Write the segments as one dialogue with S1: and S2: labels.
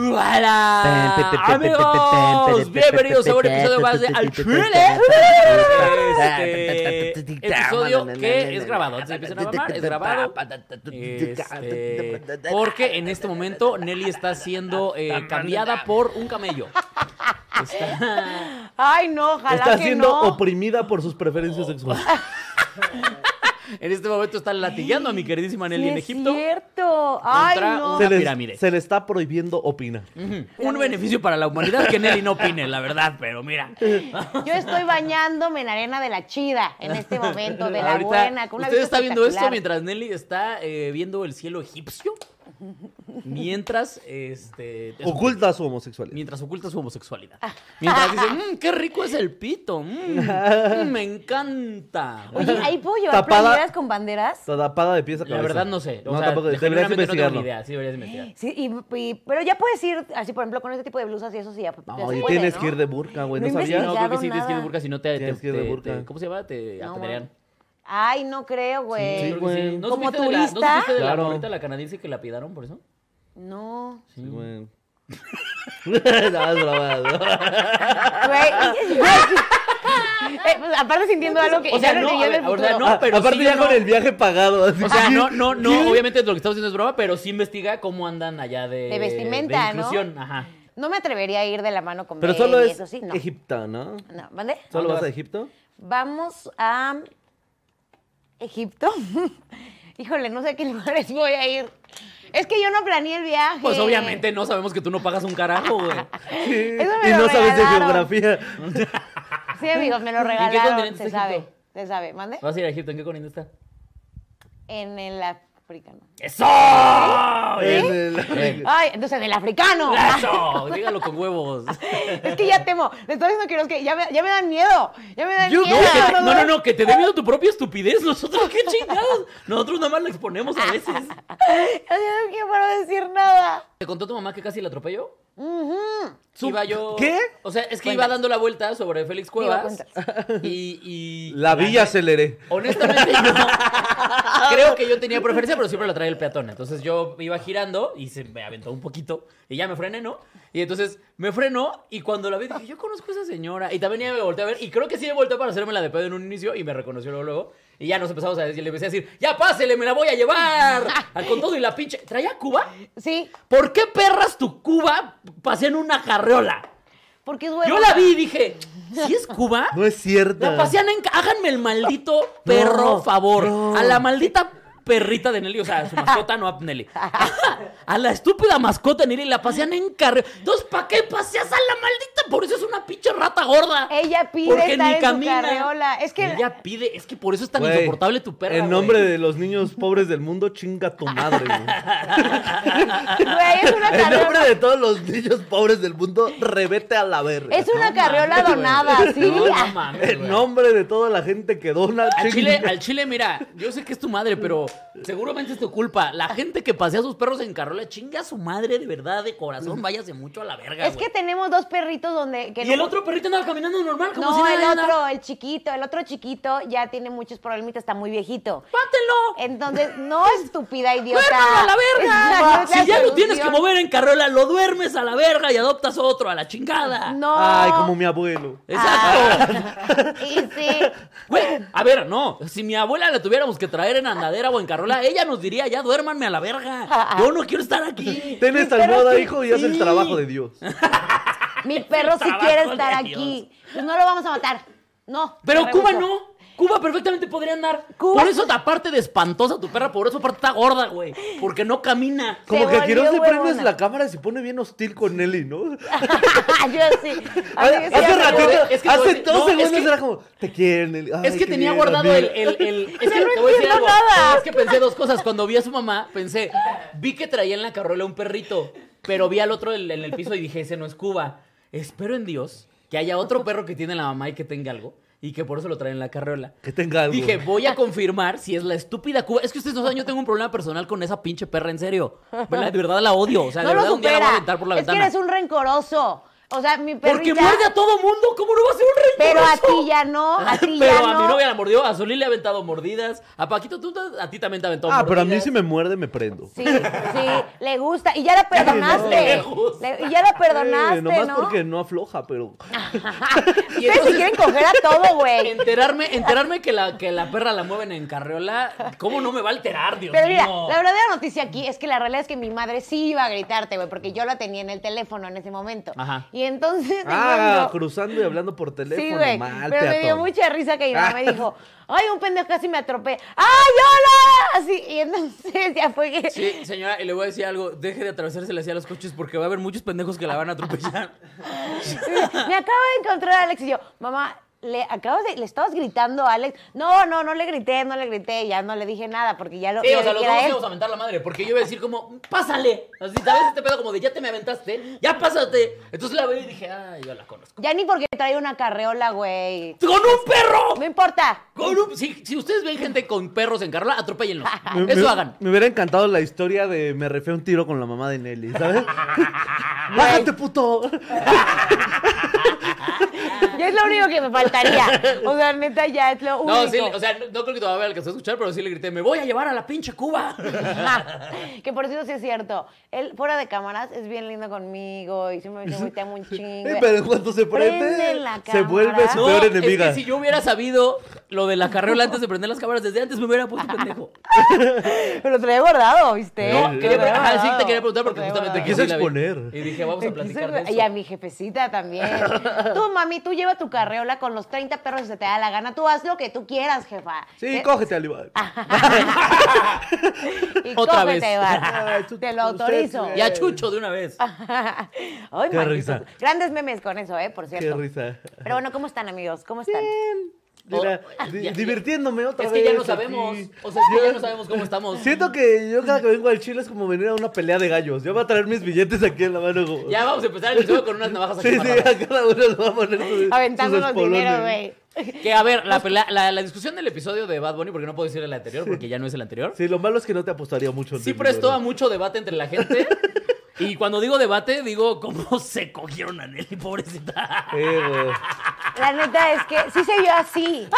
S1: ¡Hola! Amigos, bienvenidos a un episodio más de Al Chile. Este episodio que es grabado. Antes de empezar a mamar, es grabado. Este, porque en este momento Nelly está siendo eh, cambiada por un camello. Está,
S2: Ay, no, ojalá
S3: Está
S2: que
S3: siendo
S2: no.
S3: oprimida por sus preferencias
S1: Oh.
S3: sexuales.
S1: en este momento está latigando a mi queridísima Nelly
S2: Sí,
S1: en
S2: es
S1: Egipto.
S2: cierto. Ay,
S1: Contra
S2: no.
S1: una
S3: Se, les-
S1: pirámide.
S3: se le está prohibiendo opinar.
S1: Un beneficio para la humanidad que Nelly no opine, la verdad, pero mira.
S2: Yo estoy bañándome en arena de la chida en este momento, de la
S1: Ahorita,
S2: buena. Con una
S1: usted
S2: vista
S1: está viendo esto
S2: espectacular.
S1: mientras Nelly está eh, viendo el cielo egipcio. Mientras, este. es-
S3: Oculta su homosexualidad.
S1: Mientras oculta su homosexualidad.
S2: Ah.
S1: Mientras dice, "Mm, qué rico es el pito. mm, mm, me encanta.
S2: Oye, ¿ahí puedo llevar
S3: Tapada.
S2: playeras con banderas?
S3: Está tapada de pies a
S1: la
S3: cabeza.
S1: verdad no sé.
S3: No,
S1: O sea,
S3: tampoco. Deberías
S1: genuinamente no tengo
S3: investigarlo.
S1: ni idea. Sí, deberías investigar.
S2: Sí, y- y- pero ya puedes ir, así por ejemplo, con este tipo de blusas y eso sí ya. ya
S3: No,
S2: se
S3: y
S2: puede,
S3: tienes
S2: ¿no?
S3: que ir de burka, güey.
S2: No
S3: No, sabía.
S1: No,
S2: investigué.
S1: creo que sí tienes que ir de
S2: nada.
S1: burka, si no te, te,
S3: Tienes que ir de
S1: te-
S3: burka.
S1: te- ¿Cómo se llama? Te
S2: No,
S1: apedrean.
S2: Ay, no creo, güey.
S3: Sí,
S1: Creo que
S3: güey.
S1: ¿No
S2: ¿Como
S1: supiste de la, ¿no
S2: turista?
S1: supiste de la
S3: Claro.
S1: morrita, la canadiense que la pidaron por eso?
S2: No.
S3: Sí, güey. No, es broma, es broma.
S2: Güey. Eh, pues, aparte sintiendo algo que
S1: O sea,
S2: ya
S1: no,
S2: lo leí en
S1: a
S2: el
S1: ver, o sea,
S2: futuro.
S1: no, pero
S3: Aparte
S1: sí,
S3: ya
S1: no.
S3: con el viaje pagado. así.
S1: O sea, no, no, no,
S3: ¿Qué?
S1: obviamente lo que estamos haciendo es broma, pero sí investiga cómo andan allá de...
S2: De vestimenta,
S1: de inclusión, ajá.
S2: No me atrevería a ir de la mano con
S3: Pero
S2: Bane
S3: solo
S2: y
S3: es
S2: eh, eso sí, no.
S3: Egipto, ¿no?
S2: No, ¿mande?
S1: ¿Dónde
S3: ¿Solo vas a
S1: vas?
S3: Egipto?
S2: Vamos a Egipto. Híjole, no sé a qué lugares voy a ir. Es que yo no planeé el viaje.
S1: Pues obviamente no sabemos que tú no pagas un carajo, güey.
S2: Eso me
S3: y
S2: lo
S3: no sabes de
S2: regalaron.
S3: geografía.
S2: Sí, amigos, me lo
S1: qué
S2: regalaron.
S1: continente
S2: se
S1: está
S2: sabe,
S1: Egipto?
S2: se sabe. ¿Mande?
S1: ¿Vas a ir a Egipto? ¿En qué continente está?
S2: En el africano.
S1: ¡Eso!
S3: En
S1: Bien. eh,
S3: el-
S2: Ay, entonces en el africano.
S1: ¡Eso! Dígalo con huevos.
S2: Es que ya temo. Le estoy diciendo que no, es que ya me, ya me dan miedo. Ya me dan
S3: Yo-
S2: miedo.
S1: No, que te- no, no, no, que te dé miedo tu propia estupidez. Nosotros, qué chingados. Nosotros nada más la exponemos a veces.
S2: Ya no quiero para decir nada.
S1: ¿Te contó tu mamá que casi la atropelló?
S2: Ujú.
S1: Sí, Iba yo.
S3: ¿Qué?
S1: O sea, es que iba dando la vuelta sobre Félix Cuevas. Y, y-
S3: La villa aceleré.
S1: Honestamente, no. Creo que yo tenía preferencia, pero siempre la traía el peatón. Entonces yo iba girando y se me aventó un poquito. Y ya me frené, ¿no? Y entonces me frenó y cuando la vi dije, yo conozco a esa señora. Y también ella me volteó a ver. Y creo que sí me volteó para hacerme la de pedo en un inicio y me reconoció luego. luego. Y ya nos empezamos a decir, le empecé a decir, ya pásele, me la voy a llevar. A con todo y la pinche. ¿Traía Cuba?
S2: Sí,
S1: ¿Por qué perras tu Cuba pasé en una carriola?
S2: porque es bueno.
S1: Yo la vi y dije, ¿si es Cuba?
S3: No es cierto.
S1: La pasean en... ca- Háganme el maldito perro
S3: No,
S1: favor.
S3: no.
S1: A la maldita perrita de Nelly, o sea, a su mascota, no a Nelly. A la estúpida mascota de Nelly la pasean en carrera. Entonces, ¿para qué paseas a la maldita? Por eso es una pinche rata gorda.
S2: Ella pide
S1: Porque
S2: estar
S1: ni
S2: en
S1: camina.
S2: su carreola. Es que
S1: Ella pide, es que por eso es tan
S3: Güey,
S1: insoportable tu perra.
S3: En nombre de los niños pobres del mundo, chinga tu madre, güey.
S2: güey, es una
S3: En nombre
S2: carreola.
S3: de todos los niños pobres del mundo, revete a la verga.
S2: Es una carreola donada, sí.
S1: No, no
S2: Ah,
S1: mames,
S3: En
S1: güey.
S3: nombre de toda la gente que dona,
S1: Al
S3: chinga.
S1: chile, al chile, mira, yo sé que es tu madre, pero seguramente es tu culpa. La gente que pasea a sus perros en carrola, chinga a su madre de verdad, de corazón, váyase mucho a la verga.
S2: es
S1: güey.
S2: que tenemos dos perritos donde. Que
S1: Y
S2: no-
S1: el otro perrito andaba caminando normal, como
S2: No,
S1: si
S2: el
S1: nada.
S2: otro, el chiquito, el otro chiquito ya tiene muchos problemitas, está muy viejito.
S1: ¡Pátenlo!
S2: Entonces, no estúpida idiota.
S1: ¡Duérmelo a la verga!
S2: Esa no es
S1: si ya lo
S2: solución.
S1: tienes que mover en carrola, lo duermes a la verga y adoptas otro, a la chingada.
S2: No. Ah.
S3: Ay, como mi abuelo.
S1: Exacto.
S2: Y sí.
S1: Güey, a ver, no. Si mi abuela la tuviéramos que traer en andadera o en carrola, ella nos diría, ya duérmanme a la verga. Yo no quiero estar aquí.
S3: Ten esta
S2: Pero
S3: almohada,
S2: sí.
S3: hijo, y haz el
S1: Sí.
S3: trabajo de Dios.
S2: Mi perro sí
S1: trabajo
S2: quiere
S1: de
S2: estar
S1: Dios.
S2: aquí. Pues no lo vamos a matar. No.
S1: Pero
S2: lo
S1: Cuba
S2: rehuso.
S1: no. Cuba perfectamente podría andar.
S2: Cuba-
S1: Por eso, aparte de espantosa tu perra, por eso aparte está gorda, güey. Porque no camina.
S3: Como que
S2: volvió
S3: a Quirós le
S2: huevona.
S3: prendes la cámara y se pone bien hostil con Nelly,
S2: Yo
S3: ¿no?
S2: sí. Así que sí,
S3: hace
S2: ya me
S3: ratito,
S2: voy.
S1: es que te voy a
S3: hace
S1: decir-
S3: dos
S1: no, es
S3: segundos
S1: que-
S3: era como, te quieren, Nelly. Ay,
S1: Es que
S3: qué
S1: tenía
S3: bien,
S1: guardado el,
S3: amiga".
S1: el, el- Es que
S2: no
S1: te voy a decir
S2: entiendo
S1: algo.
S2: nada.
S1: Es que pensé dos cosas. Cuando vi a su mamá, pensé, vi que traía en la carrola un perrito, pero vi al otro en, en el piso y dije, ese no es Cuba. Espero en Dios que haya otro perro que tiene la mamá y que tenga algo. y que por eso lo traen en la carriola.
S3: Que tenga algo.
S1: Dije, voy a confirmar si es la estúpida Cuba. Es que ustedes no saben, yo tengo un problema personal con esa pinche perra, en serio. ¿Verdad? De verdad la odio. O sea,
S2: no
S1: de
S2: lo
S1: verdad un día la voy a
S2: supera.
S1: aventar por la
S2: es
S1: ventana.
S2: que eres un rencoroso. O sea, mi perrita...
S1: Porque muerde a todo mundo, ¿cómo no va a ser un rey?
S2: Pero a ti ya no, a ti
S1: Ah, pero
S2: ya
S1: a
S2: no.
S1: mi novia la mordió, a Solín le ha aventado mordidas, a Paquito tú te- a ti también te aventó
S3: Ah,
S1: mordidas.
S3: pero a mí si me muerde, me prendo.
S2: Sí, sí, le gusta. Y ya la perdonaste.
S1: le gusta.
S2: Le- y ya la perdonaste,
S3: Eh, nomás
S2: ¿no?
S3: porque no afloja, pero.
S1: Y
S2: Ustedes
S1: entonces-
S2: se quieren coger a todo, güey.
S1: Enterarme, enterarme que la, que la perra la mueven en carriola, ¿cómo no me va a alterar, Dios
S2: Pero mira,
S1: mío?
S2: la verdadera noticia aquí es que la realidad es que mi madre sí iba a gritarte, güey, porque yo la tenía en el teléfono en ese momento.
S1: Ajá.
S2: Y entonces... me
S3: Ah,
S2: mandó-
S3: cruzando y hablando por teléfono.
S2: Sí, güey.
S3: mal,
S2: Pero me dio
S3: peatón.
S2: mucha risa que mi mamá me
S3: Ah.
S2: dijo, ay, un pendejo casi me atropella. ¡Ay, hola! Así, y entonces ya fue que...
S1: Sí, señora, y le voy a decir algo, deje de atravesarse la silla a los coches porque va a haber muchos pendejos que la van a atropellar.
S2: me acaba de encontrar a Alex y yo, mamá, le acabas de, le estabas gritando a Alex. No, no, no le grité, no le grité, ya no le dije nada porque ya lo
S1: Sí,
S2: ya
S1: o sea,
S2: vi
S1: los
S2: que era
S1: dos
S2: él.
S1: íbamos a aventar la madre, porque yo iba a decir como, pásale. Así, ¿sabes? Este pedo como de, ya te me aventaste, ya pásate. Entonces la vi y dije, ay, yo la conozco.
S2: Ya ni porque traía una carreola, güey.
S1: ¡Con un perro!
S2: No importa.
S1: Con un- si, si ustedes ven gente con perros en carla, atropéllenlos.
S3: Me-
S1: Eso
S3: me-
S1: hagan.
S3: Me hubiera encantado la historia de me refé un tiro con la mamá de Nelly, ¿sabes? ¡Bájate, puto!
S2: Ya es lo único que me faltaría. O sea, neta, ya es lo único.
S1: No, sí, o sea, no, no creo que todavía alcanzó a escuchar, pero sí le grité, me voy a llevar a la pinche Cuba.
S2: Ajá. que por cierto sí es cierto. Él fuera de cámaras es bien lindo conmigo y siempre me dice, "Güey, te amo un chingo.
S3: Eh, Pero en cuanto se prende,
S2: Prende la
S3: se vuelve
S2: cámara.
S3: su
S1: No,
S3: peor
S1: es
S3: enemiga.
S1: que si yo hubiera sabido lo de la carriola antes de prender las cámaras, desde antes me hubiera puesto pendejo.
S2: Pero lo traía guardado, ¿viste?
S3: No,
S2: Lo
S1: Quería
S2: traía
S1: pre- ajá, ah, sí,
S2: guardado.
S1: te quería preguntar
S2: Lo
S1: porque
S2: traía
S1: justamente
S2: guardado.
S1: aquí sí
S3: Quise
S1: la vi.
S3: exponer.
S1: Y dije, vamos a platicar de eso.
S2: pues, Y a mi jefecita también. Tú, mami, tú lleva tu carreola con los 30 perros que se te da la gana. Tú haz lo que tú quieras, jefa.
S3: Sí,
S2: Eh,
S3: cógete al Iván.
S2: y
S1: Otra
S2: cógete,
S1: vez.
S2: Iván.
S3: Ay, tú-
S2: te lo
S3: usted-
S2: autorizo.
S1: Y a Chucho de una vez.
S2: Ah. Ay,
S3: Qué
S2: maldito.
S3: risa.
S2: Grandes memes con eso, ¿eh? Por
S3: Qué
S2: cierto.
S3: risa.
S2: Pero bueno, ¿cómo están, amigos? ¿Cómo están?
S3: Mira,
S1: Oh,
S3: di-
S1: ya- ya-
S3: divirtiéndome otra
S1: Es
S3: vez.
S1: que ya no
S3: aquí.
S1: sabemos. O sea, es que ya no sabemos cómo estamos.
S3: Siento que yo cada que vengo al Chile es como venir a una pelea de gallos. Yo voy a traer mis billetes aquí en la mano. como-
S1: Ya vamos a empezar el episodio con unas navajas aquí.
S3: Sí, sí,
S1: amarradas.
S3: a cada uno le va a poner su-
S2: Aventando
S3: sus
S2: los
S3: espolones.
S2: dinero, güey.
S1: Que a ver, la, pelea- la, la discusión del episodio de Bad Bunny, porque no puedo decir el anterior, porque ya no es el anterior.
S3: Sí, lo malo es que no te apostaría mucho. en
S1: Sí
S3: el
S1: prestó a
S3: dinero.
S1: mucho debate entre la gente. Y cuando digo debate, digo cómo se cogieron a Nelly, pobrecita.
S3: Eh, güey.
S2: La neta es que sí se vio así.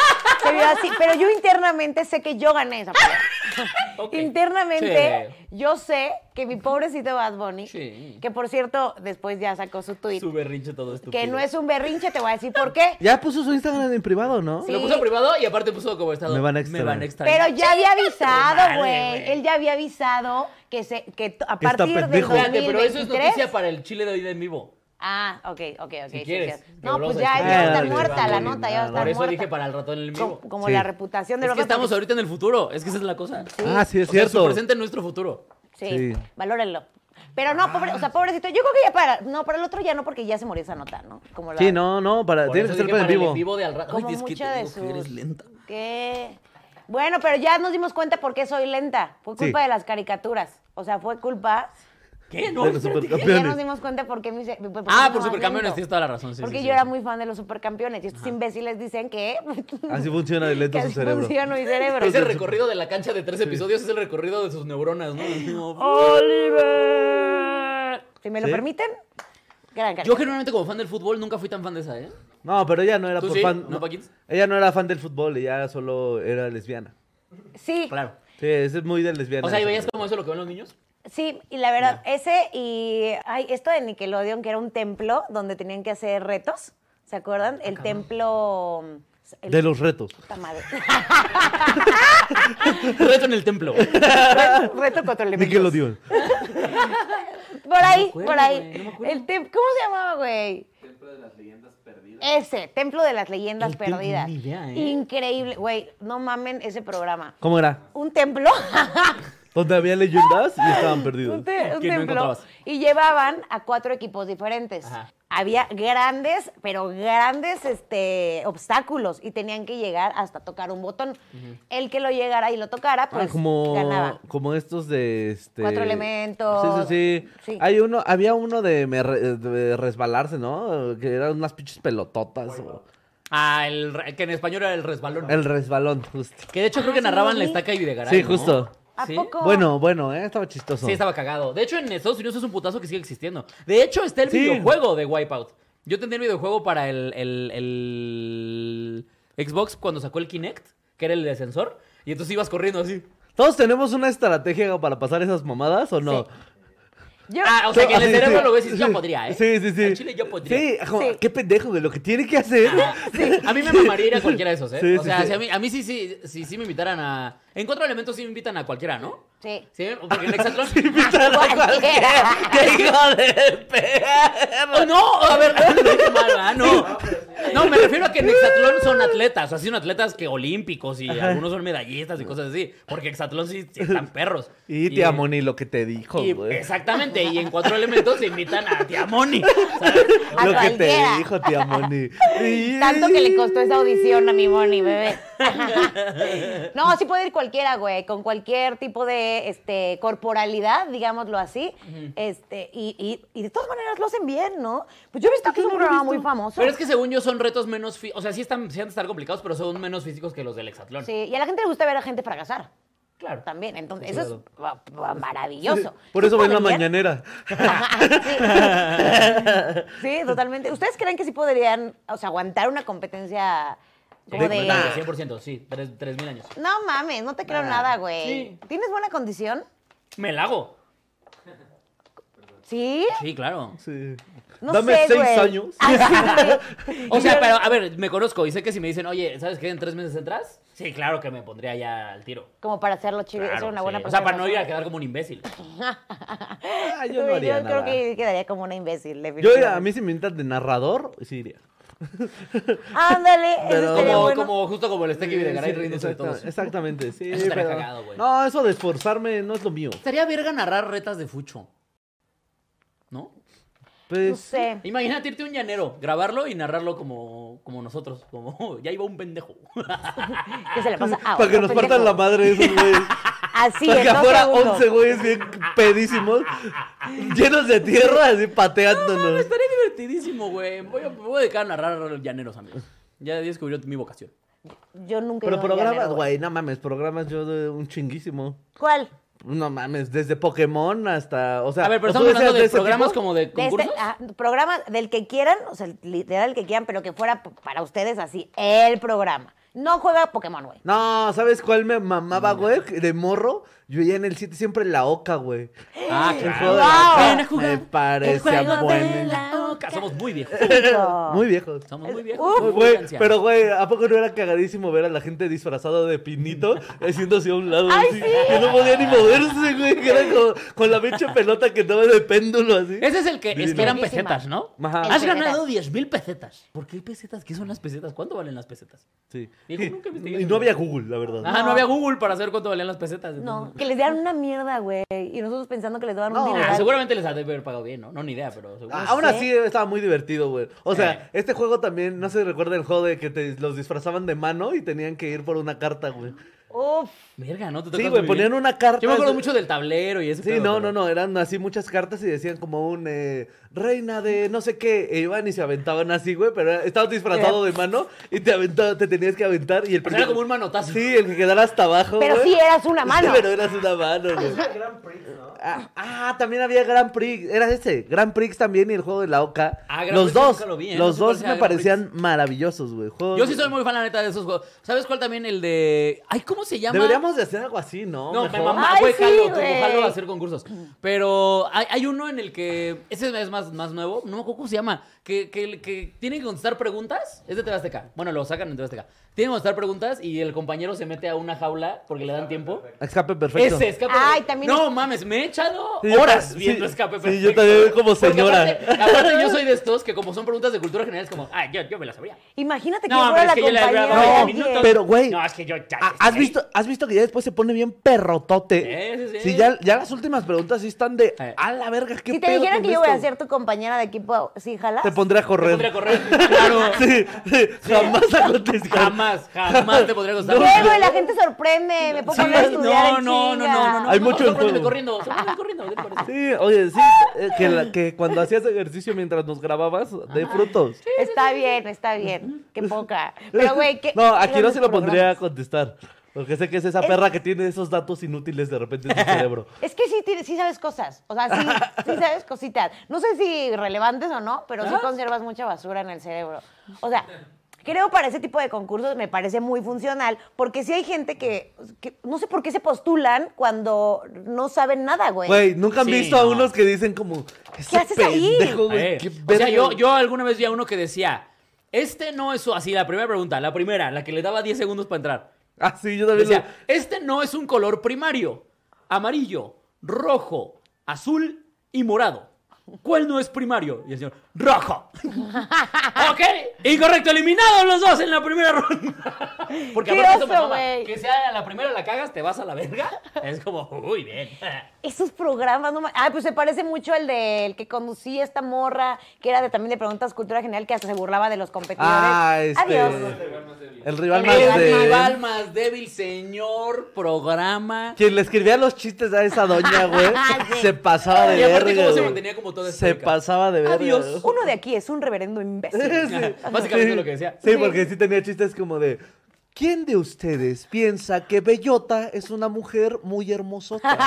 S2: Se vio así. Pero yo internamente sé que yo gané esa pelea.
S1: Ok.
S2: Internamente, yo sé que mi pobrecito Bad Bunny,
S1: Sí.
S2: que por cierto, después ya sacó su tweet,
S1: Su berrinche todo estúpido.
S2: que no es un berrinche, te voy a decir por qué.
S3: Ya puso su Instagram en privado, ¿no?
S2: Sí.
S1: Lo puso en privado y aparte puso como estado.
S3: Me van a extrañar.
S2: Pero ya había avisado,
S1: madre,
S2: güey.
S1: güey.
S2: Él ya había avisado que se que t- a
S3: Que está
S2: partir del
S3: pendejo.
S1: Espérate, pero eso es
S2: 2023
S1: noticia para el Chile de hoy de en vivo.
S2: Ah, ok, ok, ok. sí,
S1: quieres,
S2: sí.
S1: pero
S2: No,
S1: lo vamos
S2: pues
S1: a
S2: ya,
S1: decir.
S2: ya está
S3: Ah,
S2: muerta la
S3: sí,
S2: nota, ya va a
S3: no,
S2: estar
S1: Por eso
S2: muerta.
S1: dije para el ratón en el
S2: como
S1: vivo.
S2: como
S3: Sí.
S2: la reputación de
S1: Es
S2: los
S1: que estamos ahorita en el futuro. Es que esa es la cosa.
S3: Ah, sí, es
S1: O sea, su
S3: cierto.
S1: presente en nuestro futuro.
S2: Sí,
S3: Sí.
S2: valórenlo. Pero
S1: Ah.
S2: no, pobre, o sea, pobrecito, yo creo que ya para, no, para el otro ya no, porque ya se murió esa nota, ¿no? Como la,
S3: Sí, no, no, para,
S1: Por
S3: tiene
S1: eso
S3: que ser
S1: dije
S3: para el vivo.
S1: en vivo de al rato.
S2: Como
S1: Ay, es que
S2: mucho
S1: te
S2: de
S1: digo que eres
S2: sus-
S1: lenta.
S2: ¿Qué? Bueno, pero ya nos dimos cuenta por qué soy lenta. Fue
S3: Sí.
S2: culpa de las caricaturas. O sea, fue culpa.
S1: ¿Qué?
S3: De
S1: No,
S3: los
S1: espérate, ¿qué?
S3: supercampeones.
S2: Ya nos dimos cuenta por qué me hice- por qué
S1: Ah,
S2: me
S1: por
S2: más
S1: supercampeones,
S2: lento.
S1: tienes toda la razón. Sí,
S2: Porque
S1: sí,
S2: yo
S1: sí,
S2: era
S1: sí.
S2: muy fan de los supercampeones. Y estos imbéciles dicen que.
S1: Ah,
S3: Así funciona de lento
S2: que
S3: su
S2: así
S3: cerebro.
S2: funciona mi cerebro.
S1: Ese recorrido de la cancha de tres episodios es el recorrido de sus neuronas, ¿no?
S2: ¡Oliver! Si me lo
S3: ¿Sí?
S2: permiten. Gran
S1: Yo
S2: caricatura.
S1: generalmente como fan del fútbol nunca fui tan fan de esa, ¿eh?
S3: No, pero ella no era
S1: ¿Tú
S3: por
S1: sí?
S3: fan.
S1: ¿No, Paquín?
S3: ella no era fan del fútbol, ella solo era lesbiana.
S2: Sí.
S1: Claro.
S3: Sí, ese es muy de lesbiana.
S1: O sea, ¿y
S3: esa
S1: veías
S3: película.
S1: como eso lo que ven los niños?
S2: Sí, y la verdad, ese y ay, esto de Nickelodeon, que era un templo donde tenían que hacer retos, ¿se
S1: Ah,
S2: acuerdan? El templo... el-
S3: De los retos.
S2: puta madre.
S1: Reto en el templo.
S2: reto, reto contra el
S3: Ni que lo dio.
S2: Por ahí,
S1: acuerdo,
S2: por ahí.
S1: güey, no me acuerdo.
S2: el tem- ¿Cómo se llamaba, güey? Ese, Templo de las Leyendas
S1: El templo,
S2: Perdidas.
S1: ni idea, ¿eh?
S2: Increíble, güey, no mamen ese programa.
S3: ¿Cómo era?
S2: Un templo
S3: Donde había leyendas y estaban
S2: un,
S3: perdidos.
S2: te- un
S1: ¿Quién no
S2: templo
S1: encontrabas?
S2: y llevaban a cuatro equipos diferentes.
S1: Ajá.
S2: Había grandes, pero grandes este, obstáculos y tenían que llegar hasta tocar un botón. El que lo llegara y lo tocara,
S3: Ah,
S2: pues
S3: como,
S2: ganaba.
S3: como estos de este.
S2: Cuatro elementos.
S3: Sí, sí, sí.
S2: Sí.
S3: Hay uno, había uno de, me re- de resbalarse, ¿no? Que eran unas pinches pelototas. o-
S1: Ah, el re- que en español era el resbalón.
S3: El resbalón, justo.
S1: Que de hecho creo que
S2: sí lo
S1: narraban la
S2: vi.
S1: estaca y Videgaray.
S3: Sí,
S1: ¿no?
S3: justo.
S2: ¿A
S1: ¿Sí?
S2: poco?
S3: Bueno, bueno, ¿eh? estaba chistoso.
S1: Sí, estaba cagado. De hecho, en Estados Unidos es un putazo que sigue existiendo. De hecho, está el
S3: Sí.
S1: videojuego de Wipeout. Yo tenía el videojuego para el, el- el Xbox cuando sacó el Kinect, que era el de sensor. Y entonces ibas corriendo así.
S3: ¿Todos tenemos una estrategia para pasar esas mamadas o no?
S2: Sí. Yo,
S1: Ah, o sea, que en el
S3: Sí,
S1: cerebro
S3: sí.
S1: lo ves y dices,
S3: Sí.
S1: yo podría, ¿eh?
S3: Sí, sí, sí.
S1: Al chile yo podría.
S3: Sí, como,
S2: Sí.
S3: qué pendejo de lo que tiene que hacer.
S1: A mí me mamaría ir a cualquiera de esos, ¿eh?
S3: Sí,
S1: o
S3: sí,
S1: sea,
S3: sí.
S1: si a mí, a mí sí, sí, sí, sí me invitaran a... En cuatro elementos sí me invitan a cualquiera, ¿no?
S2: Sí.
S1: Sí, porque en Hexatlón...
S2: Cualquiera.
S3: ¡Qué hijo de perro!
S1: Oh, no, a ver, no lo dije mal, ¿ah? no. No, me refiero a que en Hexatlón son atletas, o sea, sí son atletas que olímpicos y algunos son medallistas y cosas así, porque Hexatlón sí, sí están perros.
S3: Y te amo ni lo que te dijo,
S1: y- pues,
S3: güey.
S1: Exactamente, y en cuatro elementos se invitan a Tiamoni. ¿sabes?
S2: A
S3: Lo que te
S2: cualquiera.
S3: dijo, tía Moni.
S2: Tanto que le costó esa audición a mi Moni, bebé. No, sí puede ir cualquiera, güey, con cualquier tipo de este, corporalidad, digámoslo así. este, y, y- y de todas maneras lo hacen bien, ¿no? Pues yo he visto que es un programa muy famoso.
S1: Pero es que según yo son retos menos... fi- O sea, sí, están, sí han de estar complicados, pero son menos físicos que los del Hexatlón.
S2: Sí, y a la gente le gusta ver a gente fracasar.
S1: Claro.
S2: También, entonces,
S1: Sí,
S2: eso es va- va- maravilloso.
S3: Por eso
S2: ¿Sí
S3: ven la
S2: podrían?
S3: mañanera.
S2: Ajá, sí. Sí, totalmente. ¿Ustedes creen que sí podrían o sea, aguantar una competencia como
S1: Sí,
S2: de...
S1: claro, 100%, sí, tres- 3.000 años.
S2: No mames, no te creo
S3: Nah.
S2: nada, güey.
S1: Sí.
S2: ¿Tienes buena condición?
S1: Me la hago.
S2: ¿Sí?
S1: Sí, claro.
S3: Sí.
S2: No
S3: Dame
S2: sé,
S3: seis
S2: güey.
S3: años.
S2: Ah, sí.
S1: O sea,
S2: Yo-
S1: pero a ver, me conozco y sé que si me dicen, oye, ¿sabes qué? En tres meses entras, sí, claro que me pondría ya al tiro.
S2: Como para hacerlo chido, eso
S1: Claro,
S2: es una buena
S1: sí. O sea, para no ir a
S2: persona.
S1: quedar como un imbécil.
S3: Ah, yo no haría
S2: yo creo
S3: nada.
S2: que quedaría como una imbécil,
S3: Yo
S2: definitivamente.
S3: iría- a mí si me invitan de narrador, sí iría.
S2: Ándale, eso
S3: Pero-
S2: estaría
S1: Como,
S2: bueno.
S1: como justo como el Steak y Videgaray
S3: Sí,
S1: riéndose de
S3: exacta-
S1: todos.
S3: Exactamente, sí.
S1: Eso estaría
S3: pero-
S1: cagado, güey.
S3: No, eso de esforzarme no es lo mío.
S1: Estaría verga narrar retas de fucho. ¿No?
S3: Pues,
S2: No sé.
S1: Imagínate irte a un llanero, grabarlo y narrarlo como, como nosotros. Como, ya iba un pendejo.
S2: ¿Qué se le pasa? Ah,
S3: mm, para que
S2: otro
S3: nos
S2: pendejo.
S3: partan la madre esos güeyes.
S2: Así,
S3: para
S2: en
S3: que
S2: dos
S3: afuera
S2: segundos.
S3: 11 güeyes bien pedísimos, llenos de tierra, así pateándonos.
S1: estaría divertidísimo, güey. Voy a, me voy a dedicar a narrar llaneros, amigos. Ya descubrió mi vocación.
S2: Yo nunca he
S3: Pero
S2: ido a un
S3: programas,
S2: llanero,
S3: güey, no mames, programas yo de un chinguísimo.
S2: ¿Cuál?
S3: No mames, desde Pokémon hasta, o sea,
S1: A ver, pero
S3: ¿o tú
S1: estamos hablando
S3: decías
S1: de
S3: ese
S1: programas
S3: tipo?
S1: como de
S2: De este-
S1: concursos.
S2: ah, programa del que quieran, o sea, literal el que quieran, pero que fuera p- para ustedes así, el programa. No juega Pokémon, güey.
S3: No, ¿sabes cuál me mamaba, güey? De morro, yo veía en el 7 siempre la oca, güey.
S1: Ah,
S3: El
S1: claro.
S3: juego de la
S2: Wow.
S3: oca
S1: Ven a jugar
S3: me
S2: el
S3: parecía
S2: juego de
S3: bueno.
S2: la-
S1: Oca. Somos muy viejos.
S2: Chico.
S3: Eh, Muy viejos.
S1: Somos muy viejos.
S2: Uf.
S1: muy
S3: Güey,
S1: ancianos.
S3: pero güey, ¿a poco no era cagadísimo ver a la gente disfrazada de pinito haciéndose a un lado
S2: ¡Ay,
S3: así?
S2: sí!
S3: Que no podía ni moverse, güey, que era como- con la pinche pelota que estaba de péndulo así.
S1: Ese es el que, es que eran
S2: Buenísima.
S1: pesetas, ¿no?
S3: Ajá.
S1: Has
S2: El
S1: ganado 10 mil pesetas. ¿Por qué pesetas? ¿Qué son las pesetas? ¿Cuánto valen las pesetas?
S3: Sí.
S1: Digo,
S3: Y,
S1: nunca investigué
S3: y
S1: eso.
S3: no había Google, la verdad.
S1: Ah, no. había Google para saber cuánto valían las pesetas.
S2: No,
S1: entonces-
S2: que les dieran una mierda, güey. Y nosotros pensando que les daban
S3: No,
S2: un
S1: Ah,
S2: dineral.
S1: seguramente les ha de haber pagado bien, ¿no? No, ni idea, pero seguro.
S3: Ah,
S2: No
S3: Aún
S2: sé.
S3: así estaba muy divertido, güey. O sea,
S1: Eh.
S3: este juego también, no se recuerda el juego de que te, los disfrazaban de mano y tenían que ir por una carta, güey.
S2: Uf,
S1: Verga, ¿no? Te
S3: Sí,
S1: tocas
S3: güey,
S1: muy
S3: ponían
S1: bien.
S3: una carta.
S1: Yo me acuerdo
S3: de-
S1: mucho del tablero y ese
S3: Sí,
S1: pedo,
S3: no,
S1: pero-
S3: no, no, eran así muchas cartas y decían como un eh, reina de no sé qué, e iban y se aventaban así, güey, pero era- estabas disfrazado
S2: Eh.
S3: de mano y te aventaba, te tenías que aventar y el
S1: O sea, era como un manotazo.
S3: Sí, el que quedara hasta abajo,
S2: pero
S3: güey.
S2: sí eras una mano.
S3: Pero eras una mano, güey. Ah, ah, también había Grand Prix, era ese, Grand Prix también y el juego de la Oca.
S1: Ah, Grand
S3: los
S1: Prix
S3: dos,
S1: nunca lo vi, ¿eh? No
S3: los
S1: sé cuál
S3: dos
S1: sea
S3: me
S1: Grand
S3: parecían maravillosos, güey. Juegos-
S1: Yo sí soy muy fan, la neta, de esos juegos. ¿Sabes cuál también? El de. Ay, ¿cómo se llama?
S3: Deberíamos de hacer algo así, ¿no?
S1: No, me
S3: Mejor.
S1: mamá,
S2: Ay,
S1: güey,
S2: sí,
S1: jalo, como
S2: güey.
S1: jalo a hacer concursos. Pero hay, hay uno en el que, ese es más, más nuevo, no me acuerdo cómo se llama, que, que, que tienen que contestar preguntas, es de TV Azteca, bueno, lo sacan en TV Azteca. Tienen que contestar preguntas y el compañero se mete a una jaula porque le dan tiempo.
S3: Escape perfecto.
S1: Ese escape.
S2: Ay, también
S1: no
S2: es-
S1: mames, me he echado
S3: Sí, yo
S1: horas
S3: ta-
S1: viendo
S3: sí,
S1: escape
S3: sí,
S1: perfecto.
S3: yo también como
S1: Porque
S3: señora.
S1: Aparte, aparte yo soy de estos que como son preguntas de cultura general es como, ay, yo, yo me las sabría.
S2: Imagínate que
S1: No,
S2: fuera
S1: hombre,
S2: la
S1: es que yo le
S2: compañera
S1: hablaba
S2: de
S1: veinte
S2: alguien.
S1: minutos.
S3: pero, güey,
S1: No, es que yo ya-
S3: Ah, ¿Has
S1: ya-
S3: visto, has visto que ya después se pone bien perrotote.
S1: Sí, sí, sí.
S3: ya, ya las últimas preguntas sí están de
S1: Eh.
S3: a la verga, qué
S2: Si te
S3: pedo
S2: dijeran
S3: con
S2: que yo voy a
S3: esto?"
S2: ser tu compañera de equipo, ¿sí jalas?
S3: Te pondré a correr.
S1: Podría correr. Claro.
S3: Sí, sí, jamás aconteció.
S1: Jamás, jamás te podría costar.
S2: Luego y la gente sorprende, me pongo
S1: Sí,
S2: a
S1: no, no,
S2: estudiar en
S1: no, no,
S2: chinga.
S1: no, no.
S3: Hay mucho en
S1: Sorpréndeme
S3: juego.
S1: corriendo, sorpréndeme corriendo. ven por eso.
S3: Sí, oye, sí, eh, que, la- que cuando hacías ejercicio mientras nos grababas, de frutos.
S2: Está bien, está bien. Qué poca. Pero, güey, ¿qué?
S3: No, aquí no se lo
S2: programas?
S3: pondría a contestar. Porque sé que es esa perra que tiene esos datos inútiles de repente en su cerebro.
S2: Es que sí, tienes- sí sabes cosas. O sea, sí, sí sabes cositas. No sé si relevantes o no, pero sí conservas mucha basura en el cerebro. O sea, creo para ese tipo de concursos me parece muy funcional, porque sí hay gente que, que no sé por qué se postulan cuando no saben nada, güey.
S3: Güey, nunca han
S1: Sí,
S3: visto a
S1: no.
S3: unos que dicen como. "Ese
S2: haces ahí?"
S3: pendejo, güey,
S1: Eh,
S3: qué
S1: o sea,
S3: verga".
S1: yo, yo alguna vez vi a uno que decía, este no es, su- así la primera pregunta, la primera, la que le daba 10 segundos para entrar.
S3: Ah, sí, yo también.
S1: Decía, este no es un color primario, amarillo, rojo, azul y morado. ¿Cuál no es primario? Y el señor, rojo. ok, incorrecto, eliminados los dos en la primera ronda. Porque
S2: Qué
S1: aparte eso me
S2: oso,
S1: mama,
S2: güey.
S1: que sea la primera la cagas, te vas a la verga. Es como, uy, bien.
S2: Esos programas, no ma- Ah, pues se parece mucho al del que conducía esta morra, que era de, también de preguntas cultura general, que hasta se burlaba de los competidores.
S3: Ah, este.
S2: Adiós.
S3: El rival
S2: El
S3: más
S1: El
S2: rival
S3: de.
S1: rival más débil, señor, programa.
S3: Quien le escribía los chistes a esa doña, güey,
S2: Sí.
S3: se pasaba de
S1: Y aparte,
S3: verga,
S1: cómo se
S3: güey.
S1: mantenía como toda
S3: Se
S1: estoica.
S3: pasaba de verga.
S1: Adiós.
S3: güey.
S2: Uno de aquí es un reverendo imbécil.
S1: Básicamente lo que decía.
S3: Sí, porque sí tenía chistes como de. ¿Quién de ustedes piensa que Bellota es una mujer muy hermosota?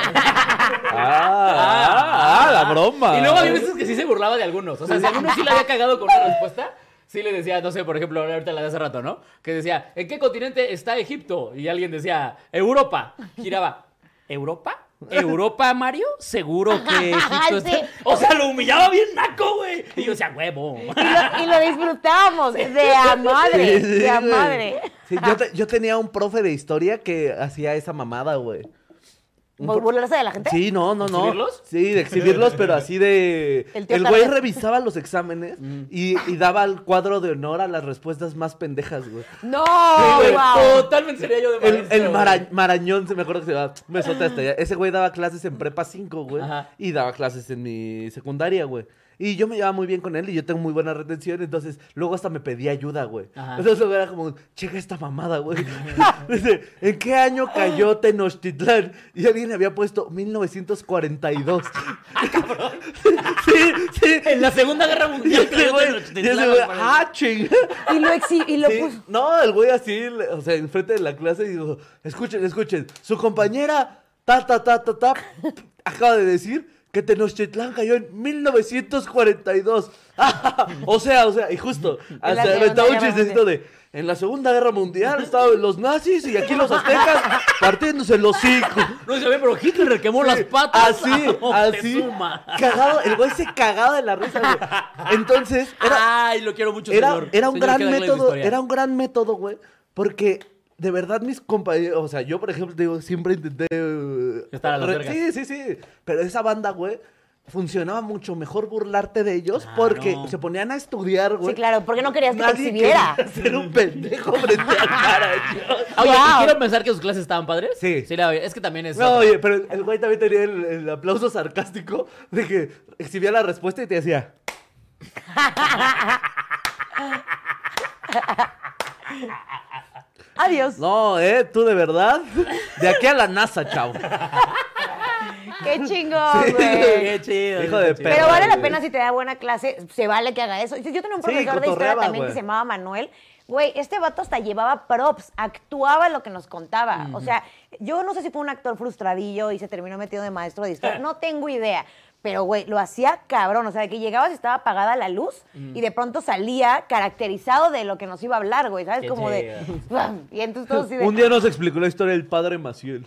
S3: ah, ah, la broma.
S1: Y luego había veces que sí se burlaba de algunos. O sea, si alguno sí la había cagado con una respuesta, sí le decía, no sé, por ejemplo, ahorita la de hace rato, ¿no? Que decía, ¿en qué continente está Egipto? Y alguien decía, Europa. Giraba, ¿Europa? ¿Europa, Mario? Seguro que Egipto está...
S2: Sí.
S1: O sea, lo humillaba bien naco, güey. Y yo decía, huevo.
S2: Y lo, y lo disfrutamos de a madre,
S3: Sí, sí,
S2: de a
S3: güey.
S2: madre.
S3: Sí, yo, te- yo tenía un profe de historia que hacía esa mamada, güey.
S2: ¿Por burlarse de la gente?
S3: Sí, no, no, no.
S1: ¿Exhibirlos?
S3: Sí, de exhibirlos, pero así de.
S2: El tío
S3: El güey
S2: Tarde.
S3: revisaba los exámenes y, y daba el cuadro de honor a las respuestas más pendejas, güey.
S2: No,
S1: Güey,
S2: guau.
S1: Totalmente sería yo de
S3: El,
S1: maestro,
S3: el Mara-
S1: güey.
S3: Marañón, se me acuerdo que se llamaba. Me solté hasta allá. Ese güey daba clases en prepa 5, güey.
S1: Ajá.
S3: Y daba clases en mi secundaria, güey. Y yo me llevaba muy bien con él y yo tengo muy buena retención. Entonces, luego hasta me pedía ayuda, güey.
S1: Ajá.
S3: Entonces, luego era como, checa esta mamada, güey. Dice, ¿en qué año cayó Tenochtitlán? Y alguien le había puesto 1942.
S1: Ah,
S3: sí, sí.
S1: En la Segunda Guerra
S3: Y
S1: Mundial.
S3: ese güey, y ese güey, ah, ching.
S2: Y lo, exhi- y lo
S3: Sí,
S2: puso.
S3: No, el güey así, le- o sea, enfrente de la clase, digo, escuchen, escuchen, su compañera, ta, ta, ta, ta, ta, acaba de decir que Tenochtitlán cayó en 1942. Ah, o sea, o sea, y justo,
S2: En la
S3: hasta aventaba un
S2: Segunda Guerra
S3: chistecito de, en la Segunda Guerra Mundial estaban los nazis y aquí los aztecas partiéndose los hocico.
S1: No se ve, pero Hitler requemó las patas.
S3: Así,
S1: a
S3: así.
S1: Moctezuma.
S3: Cagado, el güey se cagaba de la risa, güey. Entonces, era,
S1: Ay, lo quiero mucho,
S3: era,
S1: señor.
S3: era un
S1: Señor,
S3: gran
S1: qué regla de
S3: método,
S1: historia.
S3: era un gran método, güey, porque de verdad mis compañeros, o sea, yo por ejemplo te digo, siempre intenté eh,
S1: Estar a las
S3: re-
S1: vergas.
S3: Sí, sí, sí, pero esa banda, güey, funcionaba mucho mejor burlarte de ellos
S1: Claro.
S3: porque se ponían a estudiar, güey.
S2: Sí, claro, porque no querías que te
S3: Nadie
S2: exhibiera.
S3: quería ser un pendejo frente a cara. yo.
S1: Oye,
S2: Wow.
S1: y quiero pensar que sus clases estaban padres.
S3: Sí.
S1: la- es que también es.
S3: No,
S1: otra.
S3: oye, pero el- el güey también tenía el, el aplauso sarcástico de que exhibía la respuesta y te decía,
S2: Adiós.
S3: no, eh, tú de verdad, de aquí a la NASA, chavo.
S2: Qué chingón, güey.
S1: Qué chido.
S3: Hijo
S1: qué
S3: de
S1: chido.
S3: perra.
S2: Pero vale la
S3: güey.
S2: pena si te da buena clase, se vale que haga eso. Yo tenía un
S3: Sí,
S2: profesor de historia
S3: cotorreaba,
S2: también
S3: güey.
S2: que se llamaba Manuel. Güey, este vato hasta llevaba props, actuaba lo que nos contaba. O sea, yo no sé si fue un actor frustradillo y se terminó metido de maestro de historia, no tengo idea. Pero, güey, lo hacía cabrón. O sea, que llegabas y estaba apagada la luz y de pronto salía caracterizado de lo que nos iba a hablar, güey, ¿sabes?
S1: Qué
S2: Como de. Y entonces todos así de.
S3: Un día nos explicó la historia del padre Maciel.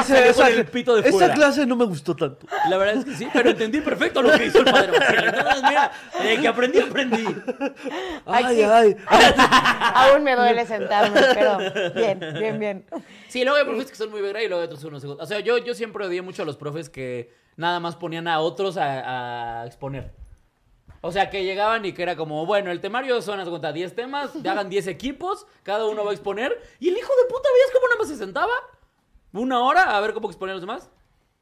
S3: Ese-
S1: Salió
S3: esa,
S1: con el pito de
S3: esa
S1: fuera.
S3: clase no me gustó tanto.
S1: La verdad es que sí, pero entendí perfecto lo que hizo el padre Marcelo. Entonces, mira, de que aprendí, aprendí.
S2: Ay,
S3: Ay,
S2: sí.
S3: ay. ay.
S2: Aún me duele sentarme, pero bien, bien, bien.
S1: Sí, luego hay profes que son muy verga y luego hay otros unos segundos. O sea, yo, yo siempre odié mucho a los profes que nada más ponían a otros a, a exponer. O sea, que llegaban y que era como, bueno, el temario son, haz de cuenta, 10 temas, te hagan 10 equipos, cada uno va a exponer. Y el hijo de puta, ¿veías cómo nada más se sentaba? Una hora a ver cómo exponían los demás.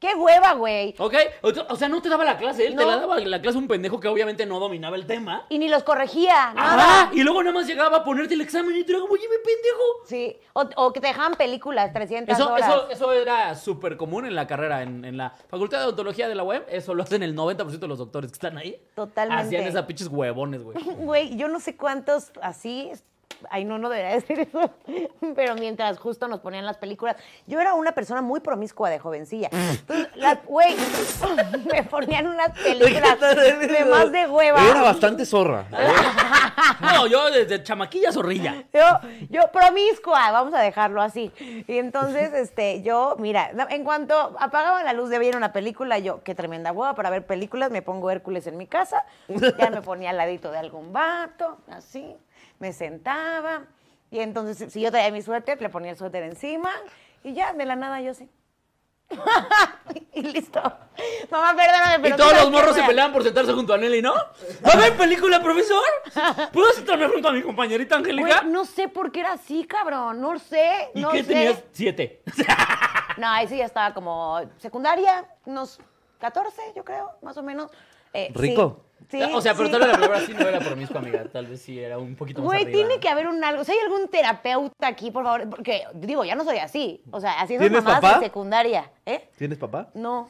S2: ¡Qué hueva, güey!
S1: ¿Ok? O o sea, no te daba la clase, él te
S2: No.
S1: la daba la clase a un pendejo que obviamente no dominaba el tema.
S2: Y ni los corregía, nada.
S1: Ajá, y luego nada más llegaba a ponerte el examen y te era como, oye, mi pendejo.
S2: Sí, o, o que te dejaban películas 300
S1: Eso,
S2: horas.
S1: eso, eso era súper común en la carrera, en, en la Facultad de Odontología de la web. Eso lo hacen el 90% de los doctores que están ahí.
S2: Totalmente.
S1: Hacían esas pinches huevones, güey.
S2: Güey, yo no sé cuántos así. Ay, no, no debería decir eso. Pero mientras justo nos ponían las películas, yo era una persona muy promiscua de jovencilla. Entonces, las- güey, me ponían unas películas de más de hueva.
S3: Era bastante zorra.
S1: No, yo desde chamaquilla zorrilla.
S2: Yo, yo promiscua, vamos a dejarlo así. Y entonces, este, yo, mira, en cuanto apagaba la luz de ver una película, yo, qué tremenda hueva para ver películas, me pongo Hércules en mi casa, ya me ponía al ladito de algún vato, así, me sentaba, y entonces, si yo traía mi suéter, le ponía el suéter encima, y ya, de la nada, yo sí. y listo. Mamá, perdóname, pero.
S1: y
S2: tú
S1: todos
S2: sabes
S1: los
S2: que
S1: morros se
S2: voy a-
S1: peleaban por sentarse junto a Nelly, ¿no? A ver, película, profesor. ¿Puedo sentarme junto a mi compañerita
S2: Güey,
S1: Angélica?
S2: no sé por qué era así, cabrón. No sé.
S1: ¿Y
S2: no
S1: qué
S2: sé.
S1: tenías? Siete.
S2: No, ahí sí ya estaba como secundaria, unos 14, yo creo, más o menos. Eh, sí,
S3: Rico.
S2: Sí,
S1: o sea, pero
S2: sí.
S1: tal vez la palabra sí no era promiscua, amiga. Tal vez sí era un poquito más
S2: Güey,
S1: arriba.
S2: tiene que haber un algo. Si hay algún terapeuta aquí, por favor, porque digo, ya no soy así. O sea, así es
S3: ¿Tienes
S2: mamás
S3: papá?
S2: de secundaria, ¿eh?
S3: ¿Tienes papá?
S2: No.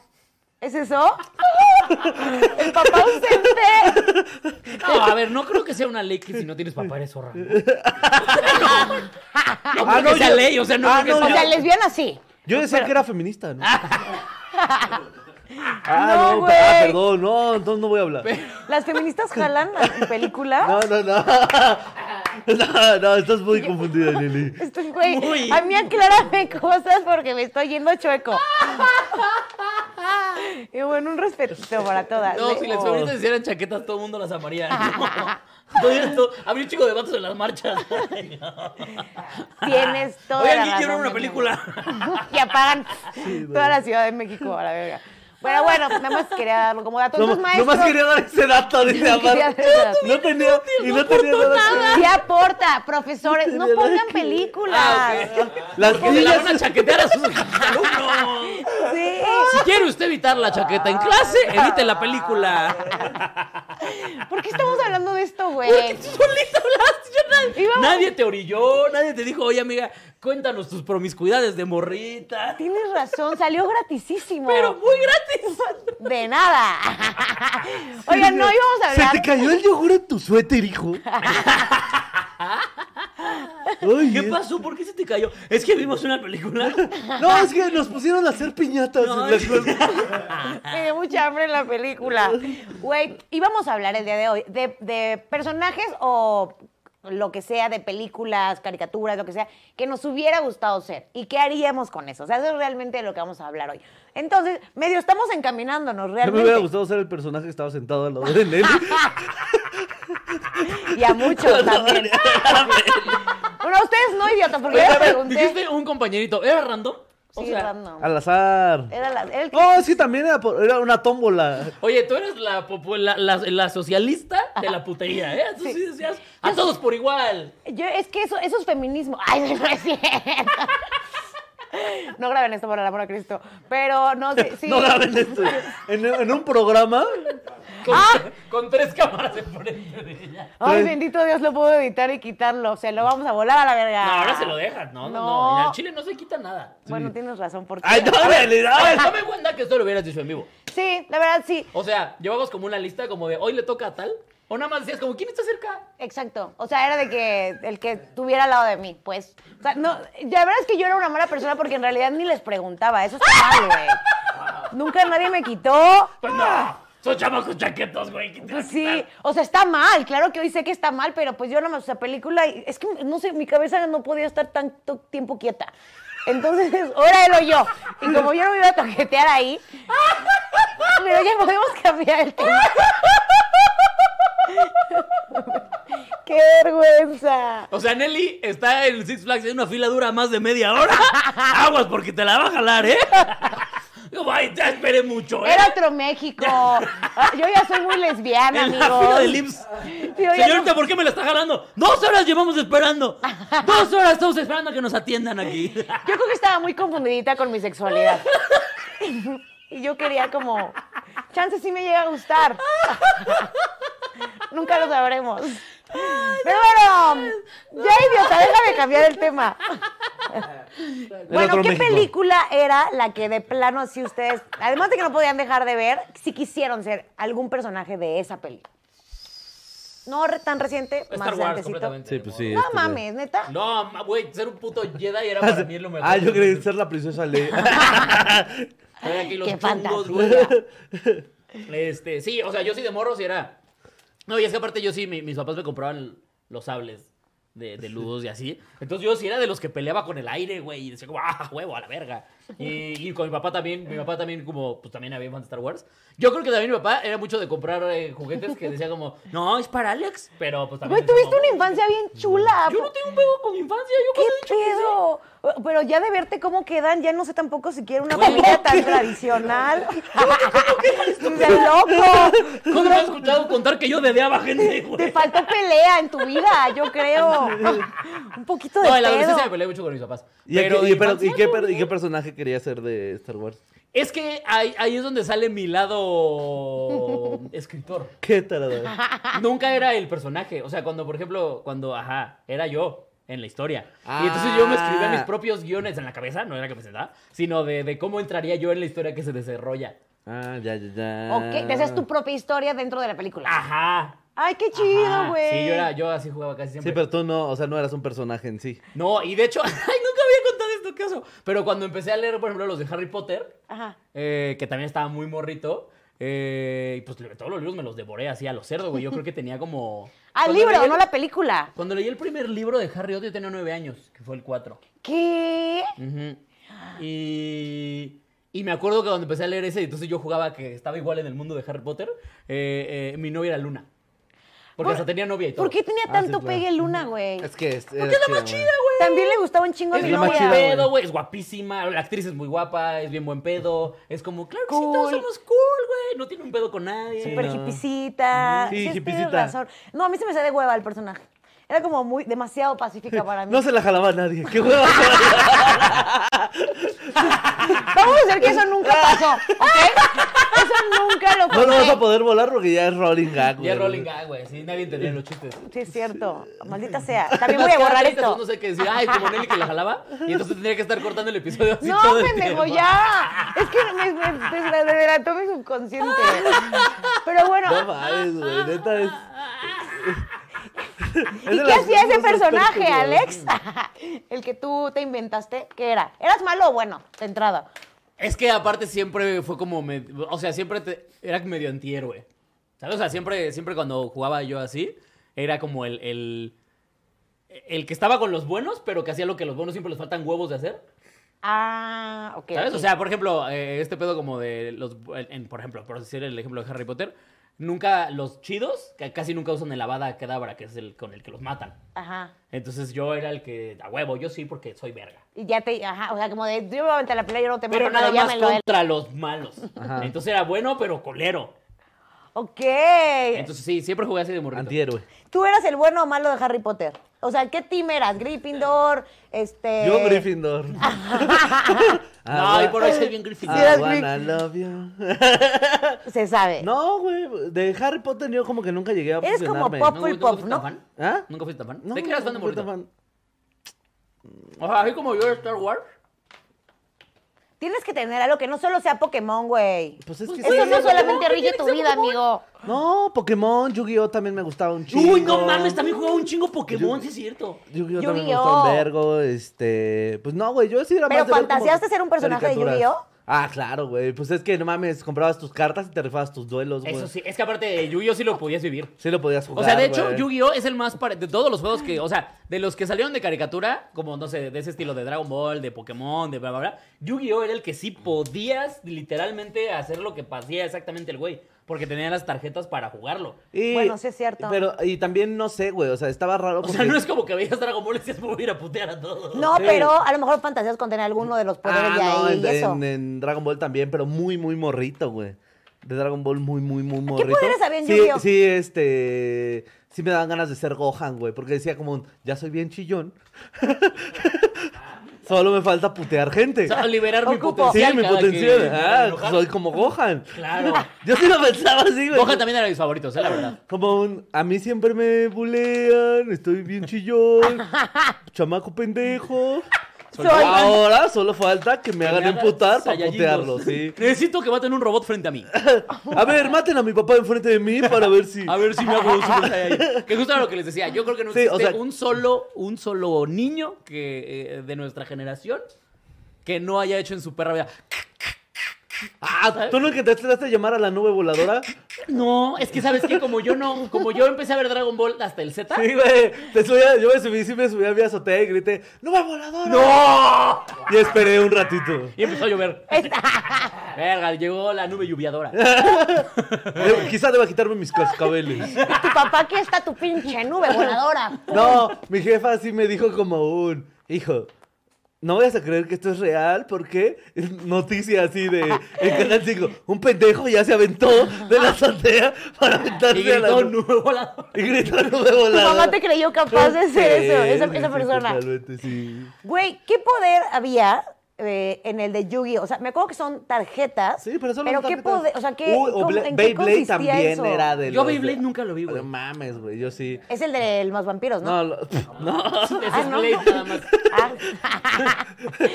S2: ¿Es eso? El papá ausente.
S1: No, a ver, no creo que sea una ley que si no tienes papá eres zorra. No, no,
S3: Ah,
S1: creo
S3: no,
S1: que sea
S3: yo-
S1: ley, o sea, no
S3: Ah,
S1: creo que
S3: no,
S2: O
S1: sea-
S2: sea, lesbiana sí.
S3: Yo decía que era feminista, ¿no?
S2: No,
S3: Ah, no,
S2: güey.
S3: ah, perdón, no, entonces no voy a hablar.
S2: ¿Las feministas jalan la película?
S3: No, no, no. No, no, estás muy confundida, Lili.
S2: Estoy, güey,
S1: Muy.
S2: a mí aclárame cosas porque me estoy yendo chueco. y bueno, un respetito para todas.
S1: No,
S2: ¿eh?
S1: si las feministas hicieran chaquetas, todo el mundo las amaría. No. Todo esto, habría un chico de vatos en las marchas.
S2: Tienes toda
S1: Oigan, ¿quién
S2: la razón,
S1: quiere ver una
S2: mi
S1: película?
S2: amor. y apagan toda la Ciudad de México a la verga. Pero bueno, pues nada más quería darlo como dato.
S3: No,
S2: Entonces,
S3: más
S2: maestro,
S3: quería dar ese dato, dice
S2: No quería
S3: Amar.
S2: dar ese dato.
S3: No tenía, y no tenía nada.
S2: sí aporta, profesores, no
S3: Tenía nada
S2: pongan
S3: que-
S2: películas.
S1: Ah, ok.
S3: Las
S1: Porque la van a
S3: niñas,
S1: chaquetear a sus alumnos.
S2: Sí.
S1: Si quiere usted evitar la chaqueta en clase, evite la película.
S2: ¿Por qué estamos hablando de esto, güey?
S1: Porque tú solita hablaste, yo nadie,
S2: Íbamos-
S1: nadie te orilló, nadie te dijo, oye amiga, cuéntanos tus promiscuidades de morrita.
S2: Tienes razón, salió gratisísimo.
S1: Pero muy gratis.
S2: De nada. Oigan, no íbamos a hablar.
S3: Se te cayó el yogur en tu suéter, hijo. Ay,
S1: ¿Qué
S3: eh.
S1: pasó? ¿Por qué se te cayó? Es que vimos una película.
S3: No, es que nos pusieron a hacer piñatas.
S1: No,
S3: en la
S1: es-
S3: escuela.
S2: Me dio mucha hambre en la película. Güey, íbamos a hablar el día de hoy de, de personajes o lo que sea, de películas, caricaturas, lo que sea, que nos hubiera gustado ser. ¿Y qué haríamos con eso? O sea, eso es realmente lo que vamos a hablar hoy. Entonces, medio estamos encaminándonos
S3: No
S2: realmente.
S3: me hubiera gustado ser el personaje que estaba sentado al lado de Nelly.
S2: Y a muchos también. bueno, a ustedes no, idiotas, porque yo les pregunté.
S1: Dijiste un compañerito. ¿Era Pues, random? O
S2: Sí,
S1: sea,
S2: random.
S3: Al azar.
S2: Era la, era el-
S3: Oh, es que también era, por- era una tómbola.
S1: Oye, tú eres la, popu- la, la- la socialista de la putería, ¿eh? Tú sí. decías a todos por igual.
S2: Yo, es que eso, eso es feminismo. Ay, no es cierto. No graben esto por el amor a Cristo. Pero no sé, sí.
S3: No graben esto. En, en un programa.
S1: Con, con tres cámaras enfrente de ella.
S3: Pues-
S2: Ay, bendito Dios, lo puedo editar y quitarlo. Se lo vamos a volar a la verga.
S1: No, ahora se lo dejas, no, no, Ah. no.
S2: No.
S1: Y al chile no se quita nada.
S2: Bueno, tienes razón por ti.
S3: Ay, no, Nelly, no.
S1: Oye, toma en cuenta que esto lo hubieras dicho en vivo.
S2: Sí, la verdad sí.
S1: O sea, llevamos como una lista como de hoy le toca a tal. O nada más decías como, ¿quién está cerca?
S2: Exacto. O sea, era de que el que estuviera al lado de mí, pues. O sea, no, la verdad es que yo era una mala persona porque en realidad ni les preguntaba. Eso está mal, güey. Nunca nadie me quitó.
S1: Pues no, son chamacos chaquetos, güey. ¿qué te va a
S2: Pues sí,
S1: quitar?
S2: o sea, está mal, claro que hoy sé que está mal, pero pues yo no me, o sea, película, y- es que no sé, mi cabeza no podía estar tanto tiempo quieta. Entonces, ahora él o yo. Y como yo no me iba a toquetear ahí, pero ya podemos cambiar el tema. ¡Qué vergüenza!
S1: O sea, Nelly está en Six Flags en una fila dura más de media hora. Aguas porque te la va a jalar, ¿eh? como, ay, ya esperé mucho, ¿eh?
S2: Era otro México. Ah, Yo ya soy muy lesbiana,
S1: en la fila del
S2: amigos.
S1: IMSS.
S2: Sí, oye,
S1: Señorita, ¿por qué me la está jalando? Dos horas llevamos esperando. Dos horas estamos esperando a que nos atiendan aquí.
S2: Yo creo que estaba muy confundidita con mi sexualidad. Y yo quería como, chance sí me llega a gustar. Nunca lo sabremos. Pero bueno, ya idiota, déjame cambiar el tema. Bueno,
S3: otro
S2: ¿qué
S3: México.
S2: película era la que de plano si ustedes, además de que no podían dejar de ver, si quisieron ser algún personaje de esa peli? No re- tan reciente,
S1: Star
S2: más
S1: Wars
S2: antecito.
S1: completamente.
S3: Sí, pues sí.
S2: No
S3: este,
S2: mames, neta.
S1: No, ma- güey, ser un puto Jedi era para mí lo mejor.
S3: Ah, yo quería ser la princesa Leia.
S1: Ay, aquí los
S2: Qué
S1: chungos,
S2: fantasía.
S1: güey. Este, sí, o sea, yo sí de morro sí era. No, y es que aparte yo sí, mi- mis papás me compraban los sables de, de ludos y así. Entonces yo sí era de los que peleaba con el aire, güey. Y decía como, ah, huevo, a la verga. Y, y con mi papá también, mi papá también como, pues también había fan de Star Wars. Yo creo que también mi papá era mucho de comprar eh, juguetes que decía como, no, es para Alex. Pero pues también...
S2: Güey,
S1: decía
S2: tuviste
S1: como,
S2: una infancia bien chula.
S1: Yo no tengo un pego con mi infancia, yo
S2: ¿Qué
S1: cosas de chiquito".
S2: pedo? Pero ya de verte cómo quedan, ya no sé tampoco si quiero una
S1: ¿Cómo
S2: familia tan tradicional. ¡De loco!
S1: ¿Cómo me has escuchado contar que yo dedeaba gente, güey?
S2: Te faltó pelea en tu vida, yo creo. Un poquito de
S1: No, en la
S2: pedo.
S1: adolescencia me peleé mucho con mis papás.
S3: ¿Y, a
S1: Pero
S3: qué- y
S1: de
S3: pero-
S1: infancia,
S3: y qué
S1: no,
S3: per- y qué
S1: no.
S3: personaje quería ser de Star Wars?
S1: Es que ahí, ahí es donde sale mi lado escritor.
S3: Qué tarado.
S1: Nunca era el personaje. O sea, cuando, por ejemplo, cuando, ajá, era yo en la historia. Y entonces yo me escribía
S3: Ah.
S1: mis propios guiones en la cabeza, no era que me sentaba, sino de, de cómo entraría yo en la historia que se desarrolla.
S3: Ah, ya, ya, ya.
S2: Ok, te haces tu propia historia dentro de la película.
S1: Ajá.
S2: Ay, qué
S1: Ah. ajá.
S2: chido, güey.
S1: Sí, yo, era, yo así jugaba casi siempre.
S3: Sí, pero tú no, o sea, no eras un personaje en sí.
S1: No, y de hecho, ay, nunca había contado esto, qué oso. Pero cuando empecé a leer, por ejemplo, los de Harry Potter,
S2: Ajá. Ah,
S1: eh, que también estaba muy morrito. eh, y pues le- todos los libros me los devoré así a los cerdos, güey. Yo creo que tenía como.
S2: Al
S1: Cuando
S2: Ah, libro,
S1: leí el-
S2: no la película.
S1: Cuando leí el primer libro de Harry Potter, yo tenía nueve años, que fue el 4.
S2: ¿Qué?
S1: Y. Y me acuerdo que cuando empecé a leer ese, entonces yo jugaba que estaba igual en el mundo de Harry Potter. eh, eh, mi novia era Luna. Porque
S2: Por-
S1: hasta tenía novia y todo.
S2: ¿Por qué tenía
S3: Ah,
S2: tanto
S3: sí, claro.
S2: pegue Luna, güey?
S3: Es que es. Porque es la más chida,
S2: También le gustaba un chingo a
S1: Es
S2: mi
S1: bien
S3: la más
S1: buen
S2: novia.
S3: chida, güey.
S1: pedo, güey. Es guapísima. La actriz es muy guapa. Es bien buen pedo. Es como, claro que sí, todos
S2: Cool.
S1: somos cool, güey. No tiene un pedo con nadie.
S2: Súper
S3: no.
S2: hipisita.
S3: Sí,
S2: Sí, tienes
S3: hipisita.
S2: razón. No, a mí se me sale de hueva el personaje. Era como muy demasiado pacífica para mí.
S3: No se la jalaba a nadie. Qué hueva.
S2: Vamos a decir que eso nunca pasó, ¿ok? Eso nunca lo
S3: No
S2: pasó.
S3: lo vas a poder volar porque ya es Rolling Gag, güey.
S1: Ya Rolling Gag, güey. Sí, nadie entendía los chistes.
S2: Sí, es cierto. Maldita sea. También voy a borrar esto.
S1: No sé qué decir. Ay, como Nelly que la jalaba. Y entonces tendría que estar cortando el episodio así
S2: No,
S1: todo el
S2: pendejo,
S1: tiempo.
S2: ya. Es que me, me, me adelantó mi subconsciente. Pero bueno,
S3: No mames, güey. Neta es. Es
S2: ¿y
S3: de
S2: qué
S3: las
S2: hacía ese
S3: cosas más
S2: personaje,
S3: tóxicas.
S2: Alex? El que tú te inventaste, ¿qué era? ¿Eras malo o bueno? De entrada.
S1: Es que aparte siempre fue como. me- o sea, siempre te- era medio antihéroe. ¿Sabes? O sea, siempre, siempre cuando jugaba yo así, era como el, el. el que estaba con los buenos, pero que hacía lo que los buenos siempre les faltan huevos de hacer.
S2: Ah, ok.
S1: ¿Sabes?
S2: ok.
S1: O sea, por ejemplo, eh, este pedo como de los. en- por ejemplo, por decir el ejemplo de Harry Potter, nunca los chidos, ca- casi nunca usan el Avada Kedavra, que es el con el que los matan.
S2: Ajá.
S1: Entonces yo era el que, a huevo, yo sí, porque soy verga.
S2: Y ya te, ajá, o sea, como de, yo me voy a aventar la pelea, yo no te mato,
S1: Pero nada más
S2: llámenlo a él.
S1: contra los malos.
S3: Ajá.
S1: Entonces era bueno, pero colero.
S2: Ok.
S1: Entonces sí, siempre jugué así de morrito.
S3: Antihéroe.
S2: ¿Tú eras el bueno o malo de Harry Potter? O sea, ¿qué team eras? Gryffindor, este...
S3: Yo, Gryffindor. Ah,
S1: No, y por hoy soy bien
S3: I
S1: Gryffindor.
S2: Sí, eras
S3: wanna love you.
S2: Se sabe.
S3: No, güey. De Harry Potter yo como que nunca llegué a
S2: Eres como
S3: obsesionarme.
S2: pop.
S1: güey,
S2: Pop,
S1: fuiste tan
S2: ¿no?
S1: fan?
S3: ¿Ah?
S1: ¿Nunca fuiste tan fan?
S3: No,
S1: ¿De qué eras fan de
S3: no fui tan
S1: morrito? O sea, así como yo de Star Wars.
S2: Tienes que tener algo que no solo sea Pokémon, güey.
S3: Pues es que
S2: Eso
S3: sí.
S2: no solamente
S1: ¿Qué
S2: rige
S1: tiene
S2: tu
S1: que ser
S2: vida,
S1: Pokémon?
S2: amigo.
S3: No, Pokémon, Yu-Gi-Oh también me gustaba un chingo.
S1: Uy, no mames, también jugaba un chingo Pokémon, sí es cierto.
S3: Yu-Gi-Oh también me
S2: Yu-Gi-Oh.
S3: gustaba un vergo, este, pues no, güey, yo sí era
S2: ¿Pero
S3: más de ver como
S2: fantaseaste ser un personaje de
S3: caricaturas.
S2: Yu-Gi-Oh?
S3: Ah, claro, güey, pues es que no mames, comprabas tus cartas y te rifabas tus duelos, güey.
S1: Eso sí, es que aparte de Yu-Gi-Oh sí lo podías vivir.
S3: Sí lo podías jugar,
S1: O sea, de hecho,
S3: güey.
S1: Yu-Gi-Oh es el más pare- de todos los juegos que, o sea, de los que salieron de caricatura, como no sé, de ese estilo de Dragon Ball, de Pokémon, de bla bla bla. Yu-Gi-Oh era el que sí podías literalmente hacer lo que pasía exactamente el güey. porque tenían las tarjetas para jugarlo.
S3: Y-
S2: Bueno, sí es cierto.
S3: Pero, y también no sé, güey, o sea, estaba raro
S1: O
S3: porque...
S1: sea, no es como que veías Dragon Ball y decías, me voy a ir a putear a todos.
S2: No,
S3: Pues Sí.
S2: pero a lo mejor fantasías con tener alguno de los poderes
S3: Ah,
S2: de
S3: no,
S2: ahí
S3: en,
S2: y eso.
S3: en- en Dragon Ball también, pero muy, muy morrito, güey. De Dragon Ball muy, muy, muy morrito.
S2: poderes había en
S3: sí,
S2: Yu-Gi-Oh?
S3: sí, este... Sí me daban ganas de ser Gohan, güey, porque decía como, un, ya soy bien chillón. Solo me falta putear gente.
S1: O sea, liberar mi
S2: Ocupo.
S3: Sí,
S1: potencial.
S3: mi
S1: cada que
S3: potencial.
S1: me
S3: Ah,
S1: enojaba.
S3: soy como Gohan.
S1: Claro.
S3: Yo sí lo pensaba así, güey.
S1: Gohan también era de mis favoritos, eh, la verdad.
S3: Como un, a mí siempre me bulean, estoy bien chillón, chamaco pendejo.
S2: Soy
S3: Ahora solo falta que me hagan
S1: Que me hagan
S3: emputar para
S1: Saiyajin
S3: putearlo,
S1: dos.
S3: sí.
S1: Necesito que maten un robot frente a mí.
S3: A ver, maten a mi papá enfrente de mí para ver si...
S1: A ver si me hago un Super Saiyajin. Que justo era lo que les decía. Yo creo que no
S3: Sí,
S1: existe
S3: o sea-
S1: un, solo, un solo niño que, eh, de nuestra generación que no haya hecho en su perra vida.
S3: Ah, ¿tú no que te trataste de llamar a la nube voladora?
S1: No, es que sabes que como yo no, como yo empecé a ver Dragon Ball hasta el Z.
S3: Sí, güey. Te subía, yo me subí, sí me subí a mi azotea y grité, ¡Nube voladora!
S1: ¡No!
S3: Y esperé un ratito.
S1: Y empezó a llover. Verga, llegó la nube lluviadora.
S3: Eh, Quizá deba quitarme mis cascabeles.
S2: Tu papá, aquí está tu pinche nube voladora.
S3: No, mi jefa sí me dijo como un hijo. No vayas a creer que esto es real porque es noticia así de en Canal 5. Un pendejo ya se aventó de la azotea para aventarse
S1: Y
S3: a la
S1: gritó
S3: nube.
S1: nube voladora.
S3: Y gritó nube
S2: Tu
S3: voladora.
S2: mamá te creyó capaz de hacer eso,
S3: Sí,
S2: esa,
S3: sí,
S2: esa
S3: sí,
S2: persona.
S3: totalmente, sí.
S2: Güey, ¿qué poder había eh, en el de Yu-Gi-Oh? O sea, me acuerdo que son tarjetas.
S3: Sí, pero solo
S2: ¿qué
S3: tarjetas.
S2: poder? O sea, ¿qué,
S3: Uy, o
S2: cómo-
S3: Bla-
S2: en qué
S3: Beyblade
S2: consistía
S3: también
S2: eso?
S3: era de
S1: Yo
S3: los-
S1: Beyblade nunca lo vi, güey.
S3: No mames, güey, yo sí.
S2: Es el de los vampiros, ¿no? Ah,
S3: No, lo- Ah, no.
S1: Ese es
S2: no.
S1: Blade nada más.
S2: Ah,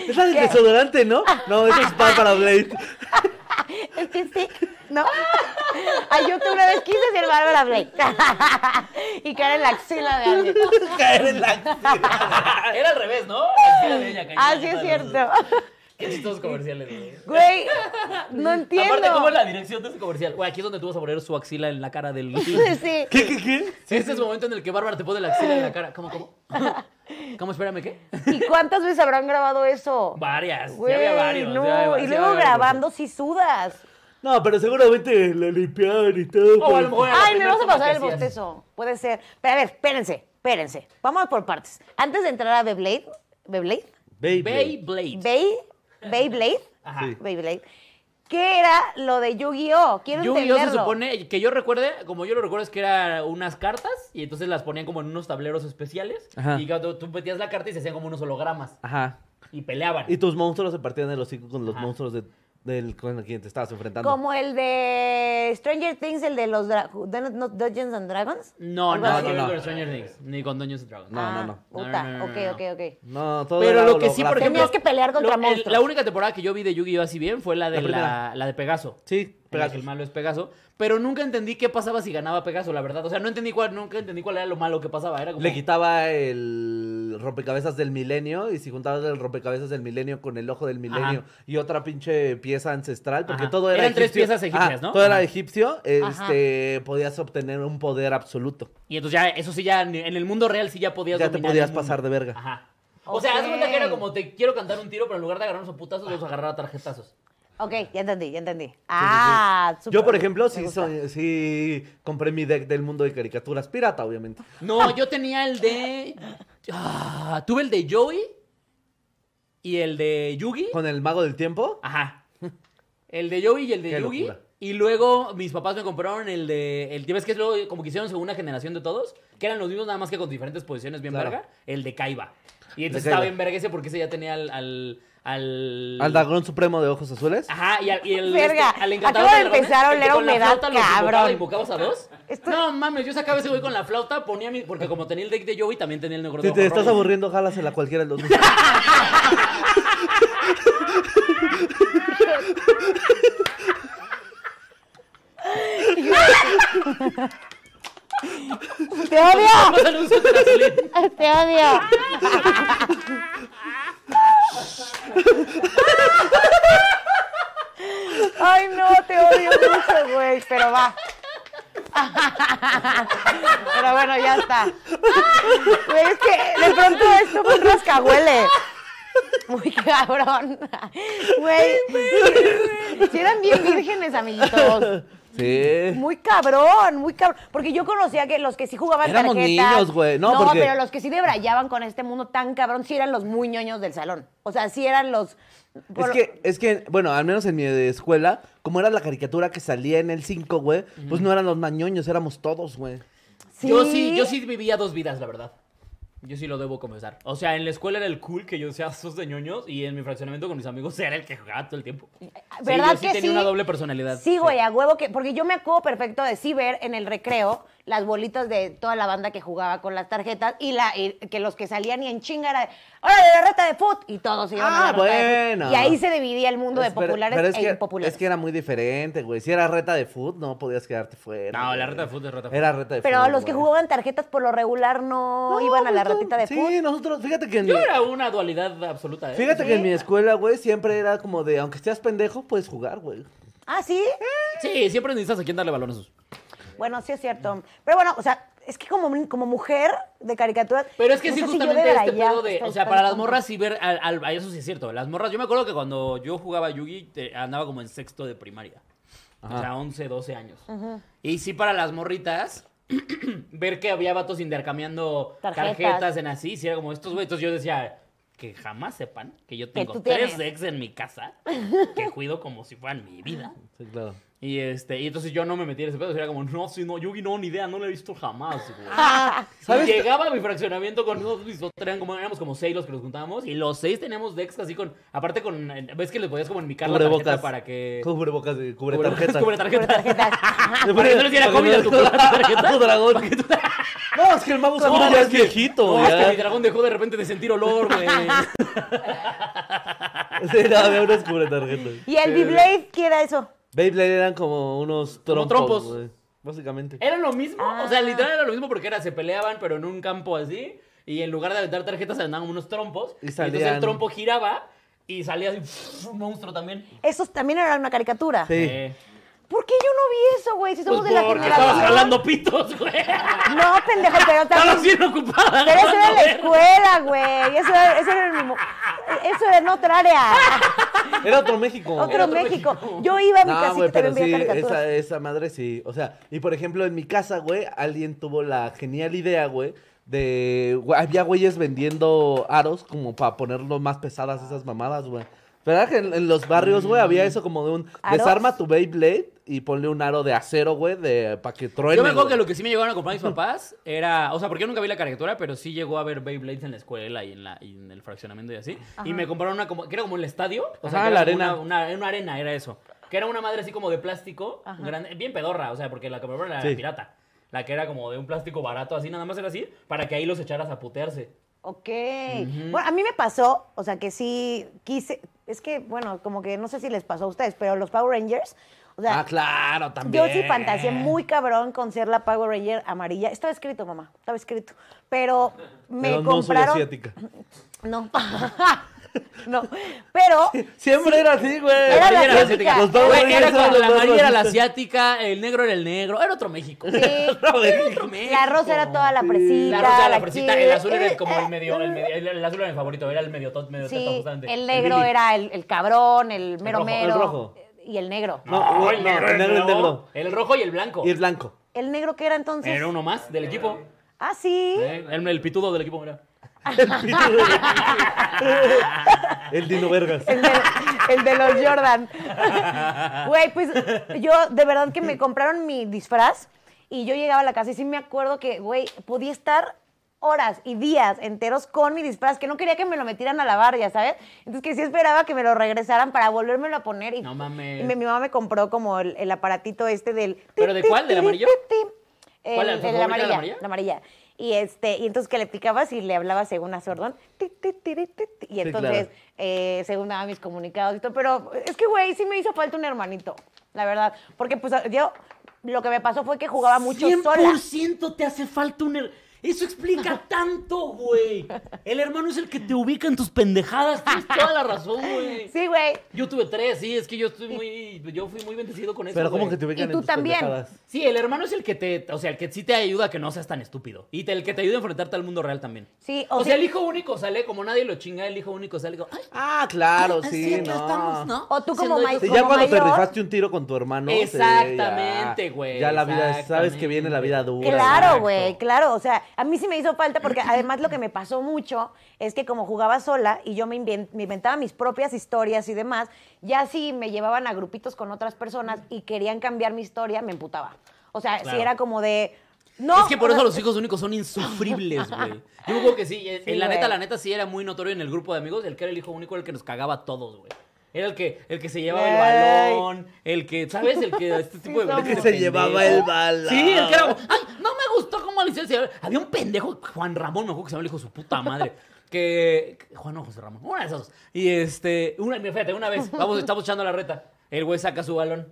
S3: Es la del
S2: ¿Qué?
S3: desodorante, ¿no? No, eso es pan para Blade.
S2: es que sí, ¿no? Ay, yo que una vez quise ser Bárbara Blake. y caer en la axila de alguien.
S3: Caer en la...
S1: Era al revés, ¿no? La tía de ella caía.
S2: Ah, sí es cierto.
S1: Qué chistosos comerciales, güey.
S2: Güey, no entiendo.
S1: Aparte, ¿cómo es la dirección de ese comercial? Güey, aquí es donde tú vas a poner su axila en la cara del.
S2: Sí.
S3: ¿Qué, qué, qué?
S1: Sí, este es el momento en el que Bárbara te pone la axila en la cara. ¿Cómo, cómo? ¿Cómo, espérame, qué?
S2: ¿Y cuántas veces habrán grabado eso?
S1: Varias.
S2: Güey,
S1: ya había varios.
S2: no.
S1: ya había-
S2: y
S1: sí
S2: luego
S1: había varios.
S2: grabando sí sudas.
S3: No, pero seguramente lo limpiaron y todo.
S1: O a lo mejor era la
S2: Ay, me
S1: primera
S2: vas a
S1: toma
S2: pasar
S1: que
S2: el
S1: hacían.
S2: bostezo. Puede ser. Pero a ver, espérense, espérense. Vamos por partes. Antes de entrar a Beyblade, Beyblade,
S3: Baby.
S1: Beyblade.
S2: Bey, Beyblade,
S1: Ajá.
S3: Sí.
S2: Beyblade, ¿qué era lo de Yu-Gi-Oh? Quiero
S1: Yu-Gi-Oh se
S2: entenderlo.
S1: supone, que yo recuerde, como yo lo recuerdo, es que era unas cartas y entonces las ponían como en unos tableros especiales
S3: Ajá.
S1: y cuando tú metías la carta y se hacían como unos hologramas
S3: Ajá.
S1: y peleaban.
S3: Y tus monstruos se partían de los hocico con los
S1: Ajá.
S3: monstruos de, del, con el que te estabas enfrentando.
S2: Como el de Stranger Things, el de los dra- Dun- no, Dungeons and Dragons.
S1: No,
S2: Algo
S1: no, no,
S2: así.
S1: no,
S3: no.
S1: con Stranger Things, ni con Dungeons and Dragons.
S3: No,
S2: Ah,
S3: no, no.
S2: Puta,
S1: No, no, no, no,
S2: ok,
S1: no.
S2: ok, ok.
S3: No, todo
S1: Pero
S3: era
S1: lo que sí, por
S3: holográfico.
S1: ejemplo.
S2: Tenías que pelear contra
S1: el-
S2: monstruos.
S1: La única temporada que yo vi de Yu-Gi-Oh! así bien fue la de
S3: La
S1: la,
S3: primera.
S1: la de Pegaso.
S3: Sí,
S1: En la que el
S3: Pegasus.
S1: malo es Pegaso. Pero nunca entendí qué pasaba si ganaba Pegaso, la verdad. O sea, no entendí cuál, nunca entendí cuál era lo malo que pasaba. Era como.
S3: Le quitaba el rompecabezas del milenio y si juntabas el rompecabezas del milenio con el ojo del milenio
S1: Ajá.
S3: y otra pinche pieza ancestral, porque
S1: Ajá.
S3: todo era
S1: Eran tres
S3: egipcio.
S1: piezas egipcias,
S3: Ajá,
S1: ¿no?
S3: Todo era
S1: Ajá.
S3: egipcio,
S2: Ajá.
S3: este, podías obtener un poder absoluto.
S1: Y entonces ya, eso sí, ya en en el mundo real sí ya podías.
S3: Ya te
S1: dominar
S3: podías
S1: el mundo.
S3: pasar de verga.
S1: Ajá. O sea,
S2: Ok.
S1: haz cuenta que era como te quiero cantar un tiro, pero en lugar de agarrarnos a putazos, los agarrar a tarjetazos.
S2: Ok, ya entendí, ya entendí. Ah,
S3: Yo, por
S2: súper,
S3: ejemplo,
S2: me
S3: sí,
S2: gusta.
S3: soy- sí compré mi deck del mundo de caricaturas pirata, obviamente.
S1: No, yo tenía el de. Ah, tuve el de Joey y el de Yugi.
S3: Con el mago del tiempo.
S1: Ajá. El de Joey y el de
S3: Qué
S1: Yugi.
S3: locura.
S1: Y luego mis papás me compraron el de. El, ¿Ves que es luego como que hicieron según una generación de todos? Que eran los mismos, nada más que con diferentes posiciones bien
S3: Claro.
S1: verga. El de Kaiba. Y entonces
S3: de
S1: estaba
S3: Kaiba.
S1: bien verga ese porque ese ya tenía al. al, al...
S3: Al dragón supremo de ojos azules.
S2: Ah,
S1: Ajá, y al, y el. este,
S2: Verga,
S1: al encantador
S2: acaba de
S1: de dragones,
S2: empezar a
S1: el que
S2: oler a
S1: con la
S2: humedad,
S1: flauta los invocaba,
S2: cabrón.
S1: invocabas a dos?
S2: Esto-
S1: No mames, yo sacaba ese güey con la flauta, ponía mi. Porque como tenía el deck de Joey, también tenía el negro de
S3: Si te
S1: ojos
S3: estás
S1: rojos.
S3: aburriendo, jálasela a cualquiera de los dos.
S2: ¡Te odio!
S1: Vamos al uso de la solita.
S2: ¡Te odio! Ay, no, te odio mucho, güey, pero va. Pero bueno, ya está. Güey, es que de pronto esto fue un rascahuele. Muy cabrón. Güey, si eran bien vírgenes, amiguitos.
S3: Sí.
S2: Muy cabrón, muy cabrón. Porque yo conocía que los que sí jugaban
S3: Éramos
S2: tarjetas.
S3: niños, güey. No, porque-
S2: pero los que sí debrayaban con este mundo tan cabrón, sí eran los muy ñoños del salón. O sea, sí eran los.
S3: Es
S2: por-
S3: que, es que, bueno, al menos en mi eh, escuela, como era la caricatura que salía en el 5, güey, pues no eran los mañoños, éramos todos, güey.
S1: Yo sí, yo sí vivía dos vidas, la verdad. Yo sí lo debo confesar. O sea, en la escuela era el cool que yo sea sos de ñoños y en mi fraccionamiento con mis amigos era el que jugaba todo el tiempo.
S2: ah, ¿Verdad
S1: yo sí
S2: que
S1: tenía
S2: sí?
S1: una doble personalidad.
S2: Sí, güey, a huevo que. Porque yo me acuerdo perfecto de sí ver en el recreo las bolitas de toda la banda que jugaba con las tarjetas y, la, y que los que salían y en chinga era de, ¡Órale, la reta de foot! Y todos iban a la
S3: Ah,
S2: reta de fut.
S3: bueno.
S2: Y ahí se dividía el mundo de
S3: Pero-
S2: populares
S3: pero es
S2: e
S3: que,
S2: impopulares.
S3: Es que era muy diferente, güey. Si era reta de foot, no podías quedarte fuera.
S1: No,
S3: güey.
S1: la reta de fut es reta de
S3: Era reta de
S2: Pero
S3: fut,
S2: los que
S3: güey.
S2: jugaban tarjetas por lo regular no,
S3: No,
S2: iban a la
S3: nosotros-
S2: ratita de
S3: sí,
S2: fútbol.
S3: nosotros, fíjate que en
S1: Yo
S3: mi-
S1: era una dualidad absoluta, ¿eh?
S3: Fíjate que en mi escuela, güey, siempre era como de, aunque estés pendejo, puedes jugar, güey.
S2: Ah, sí.
S1: Sí, siempre necesitas a quién darle balonazos.
S2: Bueno, sí es cierto. Pero bueno, o sea, es que como, como mujer de caricaturas.
S1: Pero es que
S2: no
S1: sí,
S2: sé si yo
S1: justamente este
S2: debería
S1: pedo de.
S2: estar
S1: O sea, para las
S2: tanto-
S1: morras sí ver. Al, al- eso sí es cierto. Las morras. Yo me acuerdo que cuando yo jugaba Yugi te- andaba como en sexto de primaria. O sea, 11, 12 años. Y sí, para las morritas. ver que había vatos intercambiando
S2: Tarjetas.
S1: tarjetas, en así. Sí, era como estos güey. Entonces yo decía. Que jamás sepan que yo tengo
S2: tú
S1: tres
S2: tienes.
S1: ex en mi casa que cuido como si fueran mi vida.
S3: Sí, claro.
S1: Y este, y entonces yo no me metí en ese pedo. Era como, no, si no, Yugi no, ni idea, no lo he visto jamás, güey.
S2: Ah,
S3: ¿Sabes?
S1: Y Llegaba a mi fraccionamiento con nosotros, mis otros eran como, éramos como seis los que nos juntábamos, y los seis teníamos decks así con, aparte con, ves que les podías como enmicar la tarjeta
S3: Cubrebocas.
S1: para que...
S3: Eh, Cubrebocas, de- cubre
S1: Cubre-
S3: tarjetas.
S1: cubre tarjeta.
S2: Pero tarjetas.
S1: Para que no les diera
S3: Para que
S1: COVID a tu
S3: no-
S1: tarjeta.
S3: a tu dragón. No, es que el mago Oscuro ya es
S1: que-
S3: viejito,
S1: no, es que eh. mi
S3: ya.
S1: dragón dejó de repente de sentir olor, güey.
S3: Sí, no, había unos cubre tarjetas.
S2: ¿Y el B-Blade qué era eso?
S3: Beyblade eran como unos
S1: Como
S3: trompos,
S1: trompos. Eh.
S3: güey, básicamente.
S1: Era lo mismo, o sea,
S2: Ah.
S1: literal era lo mismo porque era, se peleaban, pero en un campo así, y en lugar de aventar tarjetas aventaban unos trompos,
S3: Y
S1: y entonces el
S3: salían.
S1: trompo giraba, y salía así, pff, un monstruo también.
S2: Esos también eran una caricatura.
S3: Sí.
S1: Eh,
S2: ¿Por qué yo no vi eso, güey? Si
S1: pues
S2: somos de la
S1: porque
S2: generación.
S1: estabas jalando pitos, güey.
S2: No, pendejo, pero
S1: Estabas
S2: también.
S1: bien ocupada.
S2: Pero eso
S1: grabando,
S2: era en la
S1: güey.
S2: escuela, güey. Eso era, eso era en mi mo- Eso era en otra área.
S3: Era otro México.
S2: Otro,
S1: Era otro
S2: México.
S1: México.
S2: Yo iba a mi
S3: Oh. No,
S2: casita
S3: güey,
S2: y también
S3: pero
S2: veía
S3: sí,
S2: caricaturas.
S3: esa, esa madre sí. O sea, y por ejemplo, en mi casa, güey, alguien tuvo la genial idea, güey, de... güey, Había güeyes vendiendo aros como para ponerlo más pesadas esas mamadas, güey. ¿Verdad que en, en los barrios, güey, había eso como de un...
S2: Mm. ¿Aros?
S3: Desarma tu Beyblade y ponle un aro de acero, güey, de para que truene,
S1: Yo me acuerdo
S3: güey.
S1: que lo que sí me llegaron a comprar mis papás era, o sea, porque yo nunca vi la caricatura, pero sí llegó a ver Beyblades en la escuela y en, la, y en el fraccionamiento y así. Y me compraron una como, que era como el estadio. O sea,
S3: Ajá,
S1: que era
S3: la
S1: como
S3: arena.
S1: Una, una- una arena, era eso. Que era una madre así como de plástico, grande, bien pedorra, o sea, porque la que compraron era
S3: Sí.
S1: pirata. La que era como de un plástico barato, así nada más era así, para que ahí los echaras a putearse.
S2: Ok. Bueno, a mí me pasó, o sea, que sí quise. Es que, bueno, como que no sé si les pasó a ustedes, pero los Power Rangers. O sea,
S3: Ah, claro, también.
S2: yo sí fantaseé muy cabrón con ser la Power Ranger amarilla. Estaba escrito, mamá, estaba escrito. Pero me
S3: Pero no
S2: compraron.
S3: subasiática.
S2: no. no. Pero.
S3: Siempre era así, güey.
S2: Era la
S1: Ella
S2: asiática.
S3: Los dos
S1: Güey,
S3: güeyes
S1: era como
S3: eran los
S1: la
S3: dos
S1: amarilla era la
S3: racistas.
S1: asiática, el negro era el negro, era otro México.
S2: sí,
S1: Era otro México.
S2: la rosa era toda la
S1: La
S2: presita.
S1: rosa, la fresita, el
S2: chida.
S1: azul era como el medio, el, medio- el- el azul era mi favorito, era el medio tot, medio teto,
S2: Sí,
S1: justamente.
S2: el negro
S3: Billy.
S2: era el, el cabrón, el mero
S1: rojo, el
S2: mero.
S3: rojo.
S2: Y el negro.
S3: No, no, el negro, el negro.
S1: El rojo y el blanco.
S3: Y el blanco.
S2: ¿El negro qué era entonces?
S1: Era uno más del equipo.
S2: Ah, sí.
S1: ¿eh? El, el pitudo del equipo, mira.
S3: El Dino Vergas.
S2: El de, el de los Jordan. Güey, pues yo de verdad que me compraron mi disfraz y yo llegaba a la casa y sí me acuerdo que, güey, podía estar horas y días enteros con mi disfraz, que no quería que me lo metieran a lavar, ya sabes. Entonces que sí esperaba que me lo regresaran para volvérmelo a poner. Y,
S1: No mames.
S2: y mi, mi mamá me compró como el, el aparatito este del...
S1: ¿Pero de cuál? ¿Del amarillo?
S2: El,
S1: ¿Cuál era
S2: el,
S1: tu
S2: de
S1: favorita,
S2: la
S1: la
S2: amarilla,
S1: amarilla?
S2: la amarilla. Y este, y entonces que le picabas y le hablabas según a su orden, ti, ti, ti, ti, ti, ti, Y
S3: Sí,
S2: entonces,
S3: claro.
S2: eh, según daba mis comunicados y todo. Pero es que, güey, sí me hizo falta un hermanito, la verdad. Porque pues yo, lo que me pasó fue que jugaba mucho sola.
S1: 100% te hace falta un... her- Eso explica tanto, güey. El hermano es el que te ubica en tus pendejadas. Tienes toda la razón, güey.
S2: Sí, güey.
S1: Yo tuve tres, sí, es que yo estoy muy. Yo fui muy bendecido con eso.
S3: Pero ¿cómo
S1: güey.
S3: que te ubican
S2: Y
S3: en
S2: tú
S3: tus
S2: también.
S3: pendejadas?
S1: Sí, el hermano es el que te. O sea, el que sí te ayuda a que no seas tan estúpido. Y te- el que te ayuda a enfrentarte al mundo real también.
S2: Sí,
S1: O
S2: o,
S1: sea,
S2: sí-
S1: el hijo único sale, como nadie lo chinga, el hijo único sale como. "Ay,
S3: Ah, claro,
S1: así
S3: sí,
S1: acá
S3: no.
S1: estamos, ¿no?
S2: O tú
S1: Siendo
S2: como
S1: hijos-
S3: Sí,
S2: Como
S3: ya cuando te
S2: mayor.
S3: rifaste un tiro con tu hermano. sí, ya.
S1: Exactamente, güey,
S3: ya la vida, sabes que viene la vida
S1: exactamente.
S3: dura.
S2: Claro,
S1: Exacto.
S2: güey, claro. O sea, a mí sí me hizo falta porque además lo que me pasó mucho es que como jugaba sola y yo me, invien- me inventaba mis propias historias y demás, ya si me llevaban a grupitos con otras personas y querían cambiar mi historia, me emputaba. O sea,
S1: Claro.
S2: si era como de... No,
S1: es que por
S2: o sea,
S1: eso los hijos únicos son insufribles, güey. Yo creo que sí. En
S2: Sí,
S1: en la
S2: güey.
S1: neta, la neta sí era muy notorio en el grupo de amigos. El que era el hijo único, el que nos cagaba a todos, güey. Era el que, el que se llevaba el
S2: Güey.
S1: balón, el que, ¿sabes? El que este tipo de
S2: somos.
S1: el
S3: El que se llevaba el balón.
S1: Sí, el que era como, ay, no me gustó cómo lo hicieron. Había un pendejo, Juan Ramón, me acuerdo que se llama el hijo de su puta madre. Que. Juan o José Ramón, una de esas dos. Y este. Una, mira, fíjate, una vez, vamos, estamos echando la reta. El güey saca su balón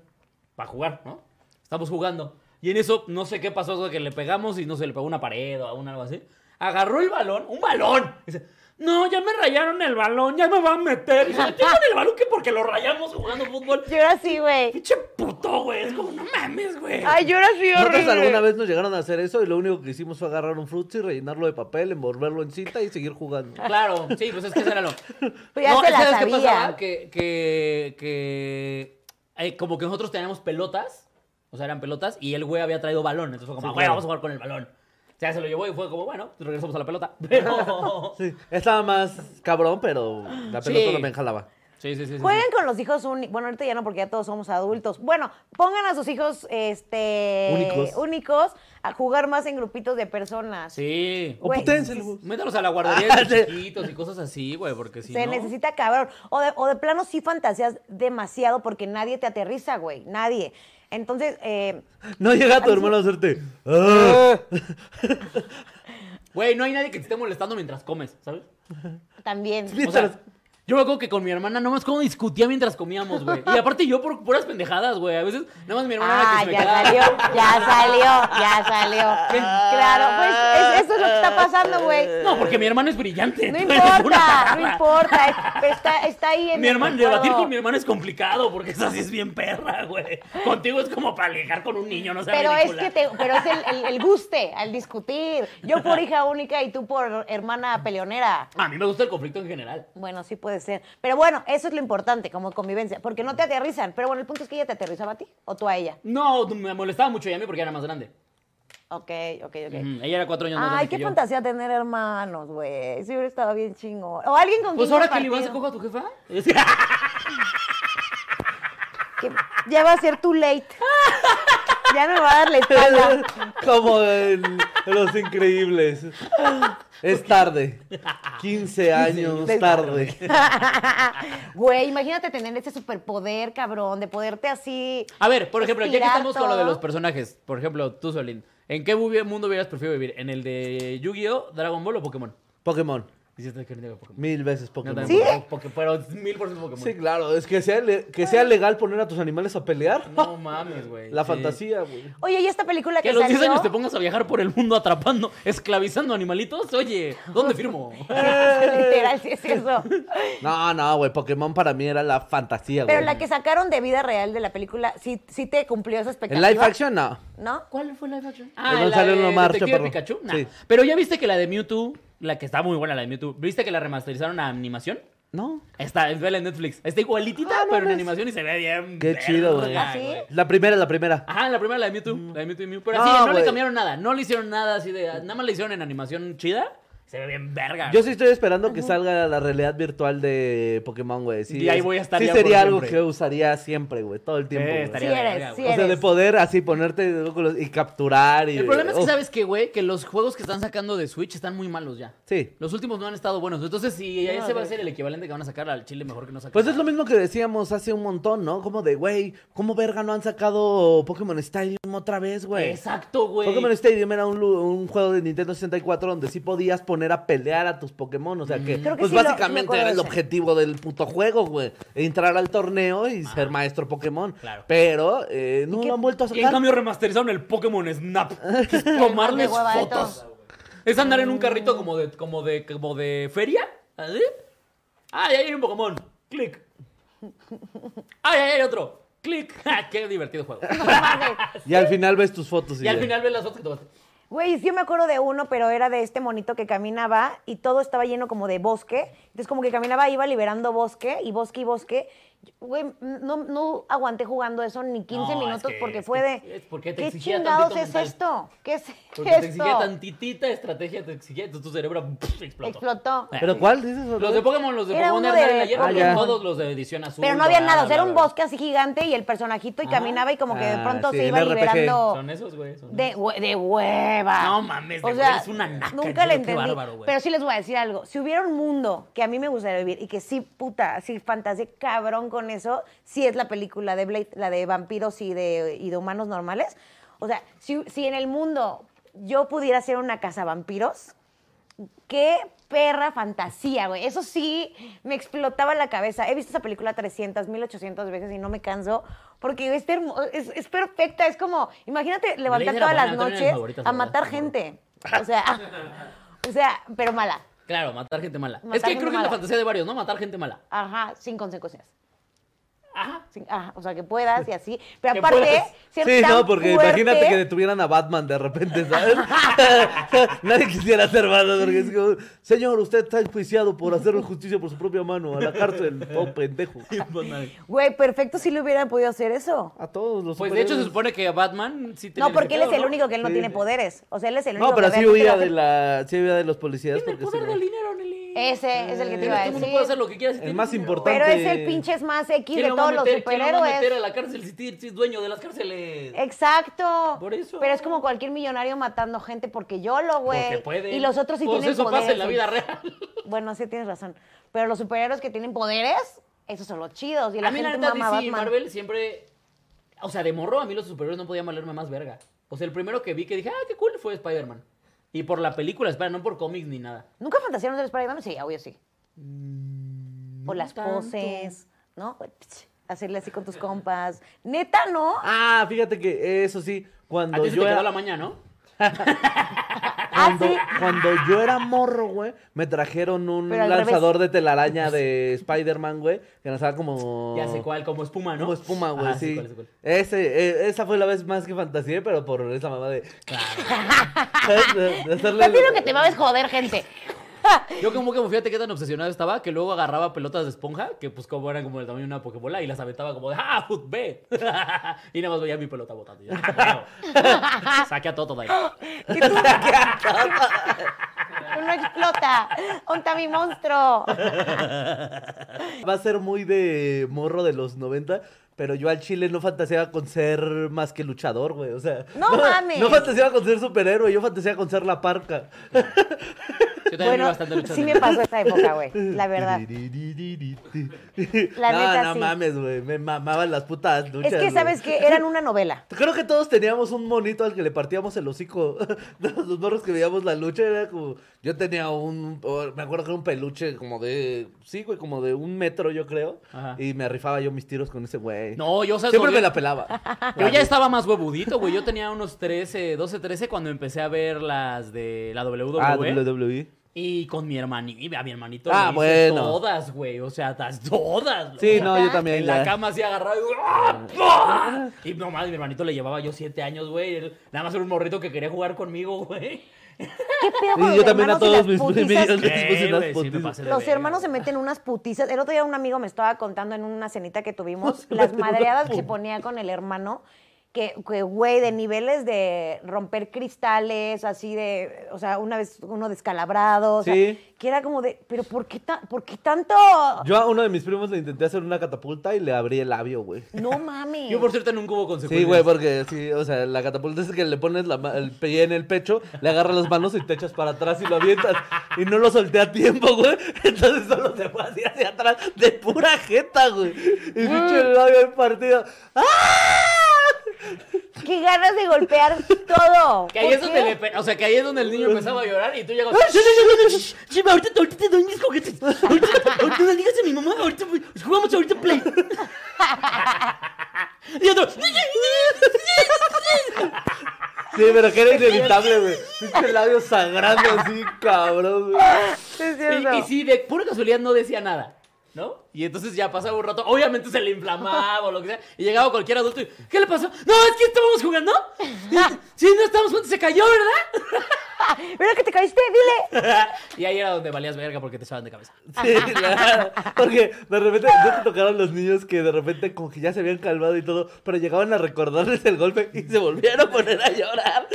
S1: para jugar, ¿no? Estamos jugando. Y en eso, no sé qué pasó, eso de que le pegamos y no se le pegó una pared o a un algo así. Agarró el balón, un balón. y Dice, no, ya me rayaron el balón, ya me van a meter. Y se metieron el balón que porque lo rayamos jugando fútbol.
S2: Yo era así, güey.
S1: Pinche puto, güey. Es como, no mames, güey.
S2: Ay, yo era así
S3: Nosotros
S2: horrible.
S3: alguna vez nos llegaron a hacer eso y lo único que hicimos fue agarrar un frutzi, rellenarlo de papel, envolverlo en cinta y seguir jugando.
S1: Claro, sí, pues es que eso era lo.
S2: Pero Pues ya se la
S1: ¿sabes qué
S2: sabía.
S1: pasaba? Que, que, que eh, como que nosotros teníamos pelotas, o sea, eran pelotas, y el güey había traído balón. Entonces fue como,
S3: Sí,
S1: güey,
S3: claro.
S1: vamos a jugar con el balón. O sea, se lo llevó y fue como, bueno, pues regresamos a la pelota. Pero.
S3: Sí, estaba más cabrón, pero la pelota
S1: Sí.
S3: no me enjalaba.
S1: Sí, sí, sí. sí, sí.
S2: Jueguen con los hijos únicos. Bueno, ahorita ya no, porque ya todos somos adultos. Bueno, pongan a sus hijos este,
S3: Únicos.
S2: únicos a jugar más en grupitos de personas.
S1: Sí.
S3: O
S2: Güey,
S3: puténselo.
S1: Métalos a la guardería de
S3: Ah,
S1: tus chiquitos y cosas así, güey, porque si
S2: Se
S1: no.
S2: necesita cabrón. O de, o de plano sí fantaseas demasiado porque nadie te aterriza, güey. Nadie. Entonces, eh,
S3: No llega tu hermano a hacerte. "Ah".
S1: Güey, no hay nadie que te esté molestando mientras comes, ¿sabes?
S2: también.
S3: Sí.
S1: O sea,
S3: Mientras-
S1: yo me acuerdo que con mi hermana nomás como discutía mientras comíamos, güey. Y aparte yo por puras pendejadas, güey. A veces nada más mi hermana era
S2: Ah,
S1: que se me
S2: ya
S1: quedaba.
S2: salió, ya salió, ya salió. Claro, pues es- eso es lo que está pasando, güey.
S1: No, porque mi hermano es brillante.
S2: No
S1: entonces es una
S2: importa, no
S1: cagada.
S2: importa. es- Está, está ahí en
S1: Mi
S2: el
S1: hermano, debatir
S2: juego.
S1: con mi hermano es complicado porque esa sí es bien perra, güey. Contigo es como para ligar con un niño, no sé.
S2: Pero es que te, pero es el, el- el guste al discutir. Yo por hija única y tú por hermana peleonera.
S1: A mí me gusta el conflicto en general.
S2: Bueno, sí puede ser. Pero bueno, eso es lo importante, como convivencia, porque no te aterrizan. Pero bueno, el punto es que ella te aterrizaba a ti o tú a ella.
S1: No, me molestaba mucho ya a mí porque era más grande.
S2: Ok, ok, ok.
S1: Ujú, Ella era cuatro años más
S2: Ay,
S1: grande
S2: qué
S1: que Mm, yo.
S2: fantasía tener hermanos, güey. Si hubiera estado bien chingo. O alguien con
S1: Pues
S2: quien
S1: ahora que le vas a
S2: compartir.
S1: coger a tu jefa.
S2: Que ya va a ser too late. ya no me va a dar la espalda.
S3: Como en Los Increíbles. Es tarde. 15 años tarde.
S2: Güey, imagínate tener ese superpoder, cabrón, de poderte así.
S1: A ver, por ejemplo, ya que
S2: Estirar
S1: estamos con lo de
S2: todo.
S1: los personajes, por ejemplo, tú, Solín, ¿en qué bubi- mundo hubieras preferido vivir? ¿En el de Yu-Gi-Oh, Dragon Ball o Pokémon?
S3: Pokémon.
S1: Dices que no Pokémon.
S3: Mil veces
S1: No,
S3: Pokémon.
S1: también
S2: ¿Sí?
S1: Pokémon, pero mil por ciento Pokémon.
S3: Sí, claro. Es que sea, le- que sea legal poner a tus animales a pelear.
S1: No mames, güey.
S3: La
S1: Sí.
S3: fantasía, güey.
S2: Oye, ¿y esta película
S1: Que
S2: que,
S1: a los 10
S2: salió?
S1: años te pongas a viajar por el mundo atrapando, esclavizando animalitos. Oye, ¿dónde firmo?
S2: Literal, sí es eso.
S3: No, no, güey. Pokémon para mí era la fantasía, güey.
S2: Pero la que sacaron de vida real de la película, sí, sí te cumplió esa
S3: En
S2: expectativa.
S3: live action, no.
S2: ¿No?
S1: ¿Cuál fue la de action?
S3: El
S1: Ah,
S3: Don
S1: la
S3: Sale
S1: de
S3: no marcha,
S1: Detective
S3: perro.
S1: Pikachu. Nah.
S3: Sí.
S1: Pero ya viste que la de Mewtwo, la que está muy buena, la de Mewtwo, ¿viste que la remasterizaron a animación?
S3: No.
S1: Está, es vela en Netflix. Está igualitita,
S3: Ah, no
S1: pero en
S3: mames.
S1: animación y se ve bien.
S3: Qué chido, güey.
S1: verga,
S2: ¿Ah, sí?
S3: La primera, la primera.
S1: Ajá, la primera, la de Mewtwo. La de Mewtwo y Mew. Pero
S3: Mm. No,
S1: así, no le
S3: güey.
S1: cambiaron nada. No le hicieron nada así de. Nada más le hicieron en animación chida. Se ve bien verga.
S3: Yo sí estoy esperando que salga la realidad virtual de Pokémon, güey. Sí,
S1: Y ahí
S3: es-
S1: voy a estar
S3: Sí,
S1: ya por
S3: sería algo
S1: siempre.
S3: que usaría siempre, güey. Todo el tiempo.
S1: Eh,
S3: güey.
S1: estaría
S2: Sí
S1: de
S2: eres,
S1: verga,
S2: sí
S1: güey.
S3: O sea, de
S2: eres.
S3: poder así ponerte de óculos y capturar y...
S1: El problema es que,
S3: oh,
S1: ¿sabes qué, güey? Que los juegos que están sacando de Switch están muy malos ya.
S3: Sí.
S1: Los últimos no han estado buenos. Entonces, si ese va a
S2: güey.
S1: ser el equivalente que van a sacar al Chile, mejor que no saquen.
S3: Pues es
S1: nada.
S3: lo mismo que decíamos hace un montón, ¿no? Como de, güey, ¿cómo verga no han sacado Pokémon Stadium otra vez, güey?
S1: Exacto, güey.
S3: Pokémon Stadium era un, lu- un juego de Nintendo 64 donde sí podías poner a pelear a tus Pokémon. O sea que,
S2: Creo que
S3: pues
S2: sí lo- sí me
S3: básicamente
S2: acuerdo
S3: era
S2: de
S3: el
S2: ese.
S3: objetivo del puto juego, güey. Entrar al torneo y ser maestro Pokémon.
S1: Claro.
S3: Pero eh, no
S2: qué-
S3: lo han vuelto a
S1: Y en
S3: sacar.
S1: cambio remasterizaron el Pokémon Snap. Que es tomarles
S2: hueva de Mm.
S1: fotos. Es andar en un carrito como de, como de, como de feria. ¿Así? ¡Ay, ahí hay un Pokémon! ¡Clic! ¡Ay, ahí hay otro! ¡Clic! ¡Ja! ¡Qué divertido juego!
S3: Y al final ves tus fotos y,
S1: Y al
S3: ya.
S1: final ves las fotos que tomaste.
S2: Güey, sí yo me acuerdo de uno, pero era de este monito que caminaba y todo estaba lleno como de bosque. Entonces como que caminaba, iba liberando bosque y bosque y bosque. Güey, no, no aguanté jugando eso ni 15
S1: No, es
S2: minutos
S1: que-
S2: porque
S1: es
S2: fue
S1: que-
S2: de...
S1: es porque te
S2: ¿Qué
S1: exigía
S2: chingados
S1: tantito
S2: es
S1: mental.
S2: esto? ¿Qué es
S1: Porque te exigía
S2: esto?
S1: tantitita estrategia, te exigía, entonces tu cerebro pff, explotó.
S2: Explotó.
S1: Eh,
S3: ¿Pero cuál dices?
S1: Los de Pokémon, los de
S2: Era
S1: Pokémon de
S2: uno de-
S1: andar en la hierba,
S3: Ah,
S1: los-
S3: ya.
S1: todos los de edición azul.
S2: Pero no había nada, o sea,
S1: dorada,
S2: era un
S1: bla, bla, bla.
S2: bosque así gigante y el personajito y
S1: Ajá.
S2: caminaba y como que de
S3: Ah,
S2: pronto
S3: sí,
S2: se
S3: el
S2: iba
S3: RPG.
S2: liberando
S1: Son esos, güey. son
S2: de, hue- de hueva.
S1: No mames, de hueva, eres una naca,
S2: nunca
S1: en
S2: le
S1: serio, qué
S2: entendí.
S1: bárbaro, güey.
S2: pero sí les voy a decir algo. Si hubiera un mundo que a mí me gustaría vivir y que sí, puta, sí, fantasía cabrón con eso, sí es la película de Blade, la de vampiros y de, y de humanos normales. O sea, si, si en el mundo yo pudiera ser una casa vampiros, qué perra fantasía, güey. Eso sí me explotaba la cabeza. He visto esa película 300, 1800 veces y no me canso porque es, termo- es, es perfecta. Es como, imagínate levantar
S1: era
S2: todas
S1: buena,
S2: las
S1: Antonio era de mis
S2: noches
S1: favoritas, la
S2: a
S1: verdad.
S2: matar gente. O sea, ah, o sea, pero mala.
S1: Claro, matar gente mala.
S2: Matar
S1: es que
S2: gente
S1: creo que es la
S2: mala.
S1: fantasía de varios, ¿no? Matar gente mala.
S2: Ajá, sin consecuencias.
S1: Ajá.
S2: Sin- ajá, o sea, que puedas y así. Pero
S1: Que
S2: aparte,
S1: puedas.
S2: ser
S3: Sí,
S2: tan
S3: no, porque
S2: fuerte-
S3: imagínate que detuvieran a Batman de repente, ¿sabes? Nadie quisiera ser Batman, porque es como, señor, usted está enjuiciado por hacer justicia por su propia mano, a la cárcel, todo pendejo.
S2: Güey, perfecto si le hubieran podido hacer eso.
S3: A todos los
S1: Pues de hecho se supone
S3: superhéroes.
S1: que Batman sí tenía
S2: No, porque él
S1: ese
S2: es
S1: pedo,
S2: el
S1: ¿no?
S2: único que él no
S3: Sí.
S2: tiene poderes. O sea, él es el único
S3: No, pero
S2: que
S3: sí
S2: realmente
S3: huía
S2: lo hace-
S3: de la, sí huía de los policías
S1: Tiene el
S3: porque
S1: poder
S3: se-
S1: del dinero, Nelly.
S2: Ese es el que te iba
S1: Todo
S2: a
S1: el Este mundo puede hacer
S2: decir.
S1: lo que quieras si
S3: El
S1: tiene
S3: más
S1: dinero.
S3: importante.
S2: Pero es el pinche es más X de
S1: ¿Quién lo va a
S2: todos los
S1: meter- quién lo va a meter a
S2: superhéroes.
S1: la cárcel si ti- si es dueño de las cárceles?
S2: Exacto.
S1: Por eso.
S2: Pero es como cualquier millonario matando gente porque yo lo,
S1: Porque
S2: güey.
S1: puede.
S2: Y los otros sí
S1: pues
S2: tienen
S1: eso
S2: poderes.
S1: pasa en la vida real.
S2: Bueno, sí tienes razón. Pero los superhéroes que tienen poderes, esos son los chidos. Y la
S1: a mí la
S2: gente
S1: neta
S2: mama a
S1: DC y
S2: Batman.
S1: Marvel siempre... O sea, de morro a mí los superhéroes no podían valerme más verga. O sea, el primero que vi que dije, ah, qué cool, fue Spider-Man. Y por la película, espera, no por cómics ni nada.
S2: ¿Nunca fantasearon del Spider-Man? Sí, obvio sí. o las
S1: Mm, tanto.
S2: poses, ¿no? Pch, Hacerle así con tus compas. Neta, ¿no?
S3: Ah, fíjate que eso sí,
S1: A
S3: cuando
S1: ti se te
S3: yo
S1: quedó
S3: era,
S1: la mañana, ¿no?
S3: cuando,
S2: Ah, sí.
S3: cuando yo era morro, güey, me trajeron un
S2: Pero al revés.
S3: lanzador de telaraña de Spider-Man, güey, que lanzaba como
S1: Ya sé cuál, como espuma, ¿no?
S3: Como espuma, güey,
S1: Ah, sé
S3: sí.
S1: cuál, sé cuál.
S3: Ese, eh, esa fue la vez más que fantaseé, pero por esa mamá de.
S1: Claro.
S3: de- de hacerle-
S2: Te pido que te mames joder, gente.
S1: Yo como que fíjate qué tan obsesionado estaba que luego agarraba pelotas de esponja, que pues como eran como el tamaño de una pokebola, y las aventaba como de ¡Ah, fut, ve! y nada más veía mi pelota botando. Y yo, "Ah, veo". Saqué a todo de ahí.
S2: Y tú- Uno explota. Onta mi monstruo.
S3: Va a ser muy de morro de los 90, pero yo al chile no fantaseaba con ser más que luchador, güey. O sea.
S2: No mames.
S3: No fantaseaba con ser superhéroe, yo fantaseaba con ser la parca.
S1: Yo también vi
S2: Bueno,
S1: bastante lucha
S2: sí
S1: libre.
S2: me pasó esta época, güey. La verdad. La
S3: no,
S2: neta,
S3: no
S2: sí.
S3: mames, güey. Me mamaban las putas luchas.
S2: Es que, ¿sabes
S3: que
S2: que Eran una novela.
S3: Creo que todos teníamos un monito al que le partíamos el hocico. Los morros que veíamos la lucha era como. Yo tenía un. o- Me acuerdo que era un peluche como de. Sí, güey, como de un metro, yo creo.
S1: Ajá.
S3: Y me rifaba yo mis tiros con ese güey.
S1: No, yo, ¿sabes
S3: Siempre
S1: lo que-
S3: me la pelaba.
S1: Yo ya estaba más huevudito, güey. Yo tenía unos 13, 12, 13 cuando empecé a ver las de la WWE.
S3: Ah, WWE.
S1: Y con mi hermanito, a mi hermanito le
S3: Ah,
S1: hice
S3: bueno.
S1: todas, güey. O sea, las todas.
S3: Sí,
S1: loco.
S3: no, yo también.
S1: En
S3: ya.
S1: la cama así agarrado y... ¡Ah! ¡Ah! Y nomás mi hermanito le llevaba yo siete años, güey. Él- Nada más era un morrito que quería jugar conmigo, güey.
S2: ¿Qué pedo con
S3: Y
S2: los
S3: yo también a
S2: hermanos y
S3: todos
S2: las
S3: mis mis
S2: putizas?
S3: videos les puse
S1: Eh, güey, sí me
S3: unas putizas.
S1: pasé de
S2: Los
S1: verga,
S2: hermanos se
S1: güey.
S2: meten unas putizas. El otro día un amigo me estaba contando en una cenita que tuvimos las madreadas que se ponía con el hermano. Que, que, güey, de niveles de romper cristales, así de, o sea, una vez uno descalabrado, o sea,
S3: Sí.
S2: que era como de, pero ¿por qué, ta- por qué tanto?
S3: Yo a uno de mis primos le intenté hacer una catapulta y le abrí el labio, güey.
S2: No mames.
S1: Yo, por cierto, nunca hubo
S3: Sí,
S1: consecuencias.
S3: güey, porque sí, o sea, la catapulta es que le pones la ma- el pie en el pecho, le agarras las manos y te echas para atrás y lo avientas. Y no lo solté a tiempo, güey. Entonces solo se fue así hacia atrás de pura jeta, güey. Y pinche labio en partido.
S2: Qué ganas de golpear todo.
S1: Que ahí
S2: ¿Por
S1: es donde
S2: qué?
S1: le pe- O sea, que ahí es donde el niño empezaba a llorar y tú llegas...
S4: Chima, ahorita, ahorita te doy mis juguetes. Ahorita, ahorita le digas a mi mamá, ahorita voy- jugamos ahorita play. Y otro,
S3: Sí, pero que era inevitable, güey. Pinche labio sangrando así, cabrón, güey.
S2: Es
S1: Y, y sí, de pura casualidad no decía nada, ¿no? Y entonces ya pasaba un rato, obviamente se le inflamaba o lo que sea, y llegaba cualquier adulto y, ¿qué le pasó? No, es que estábamos jugando. Sí, no estábamos jugando, se cayó, ¿verdad?
S2: Mira que te caíste, dile.
S1: Y ahí era donde valías verga porque te echaban de cabeza.
S3: Sí, claro. Porque de repente, ya te tocaron los niños que de repente como que ya se habían calmado y todo, pero llegaban a recordarles el golpe y se volvieron a poner a llorar.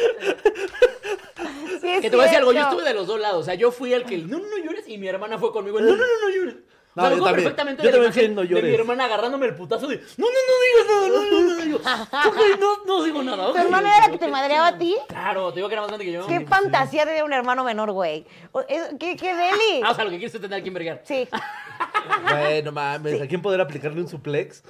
S2: Sí, es
S1: Que te voy a decir algo, yo
S2: cierto.
S1: estuve de los dos lados, o sea, yo fui el que, el, no, no, no llores, y mi hermana fue conmigo, el, no, no, no, no llores. O sea,
S3: No, yo
S1: me acuerdo
S3: también.
S1: perfectamente
S3: Yo
S1: de la
S3: también fui
S1: imagen
S3: el no
S1: de mi
S3: llores.
S1: hermana agarrándome el putazo de, no, no, no digas nada, no, no, no, digo, "Ok, no, no digo nada.
S2: ¿Tu
S1: ok".
S2: hermana era la que te madreaba a ti?
S1: Claro, te digo que era más grande que yo. Ah,
S2: Qué fantasía de un hermano menor, güey. O- es- ¿Qué, qué deli?
S1: Ah, o sea, lo que quieres es tener a quien vergar.
S2: Sí.
S3: Güey, no mames, ¿a quién poder aplicarle un suplex?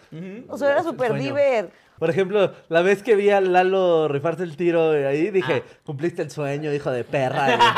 S2: O sea, era
S3: Es un
S2: súper
S3: sueño.
S2: diver.
S3: Por ejemplo, la vez que vi a Lalo rifarse el tiro eh, ahí, dije,
S2: Ah.
S3: cumpliste el sueño, hijo de perra, güey.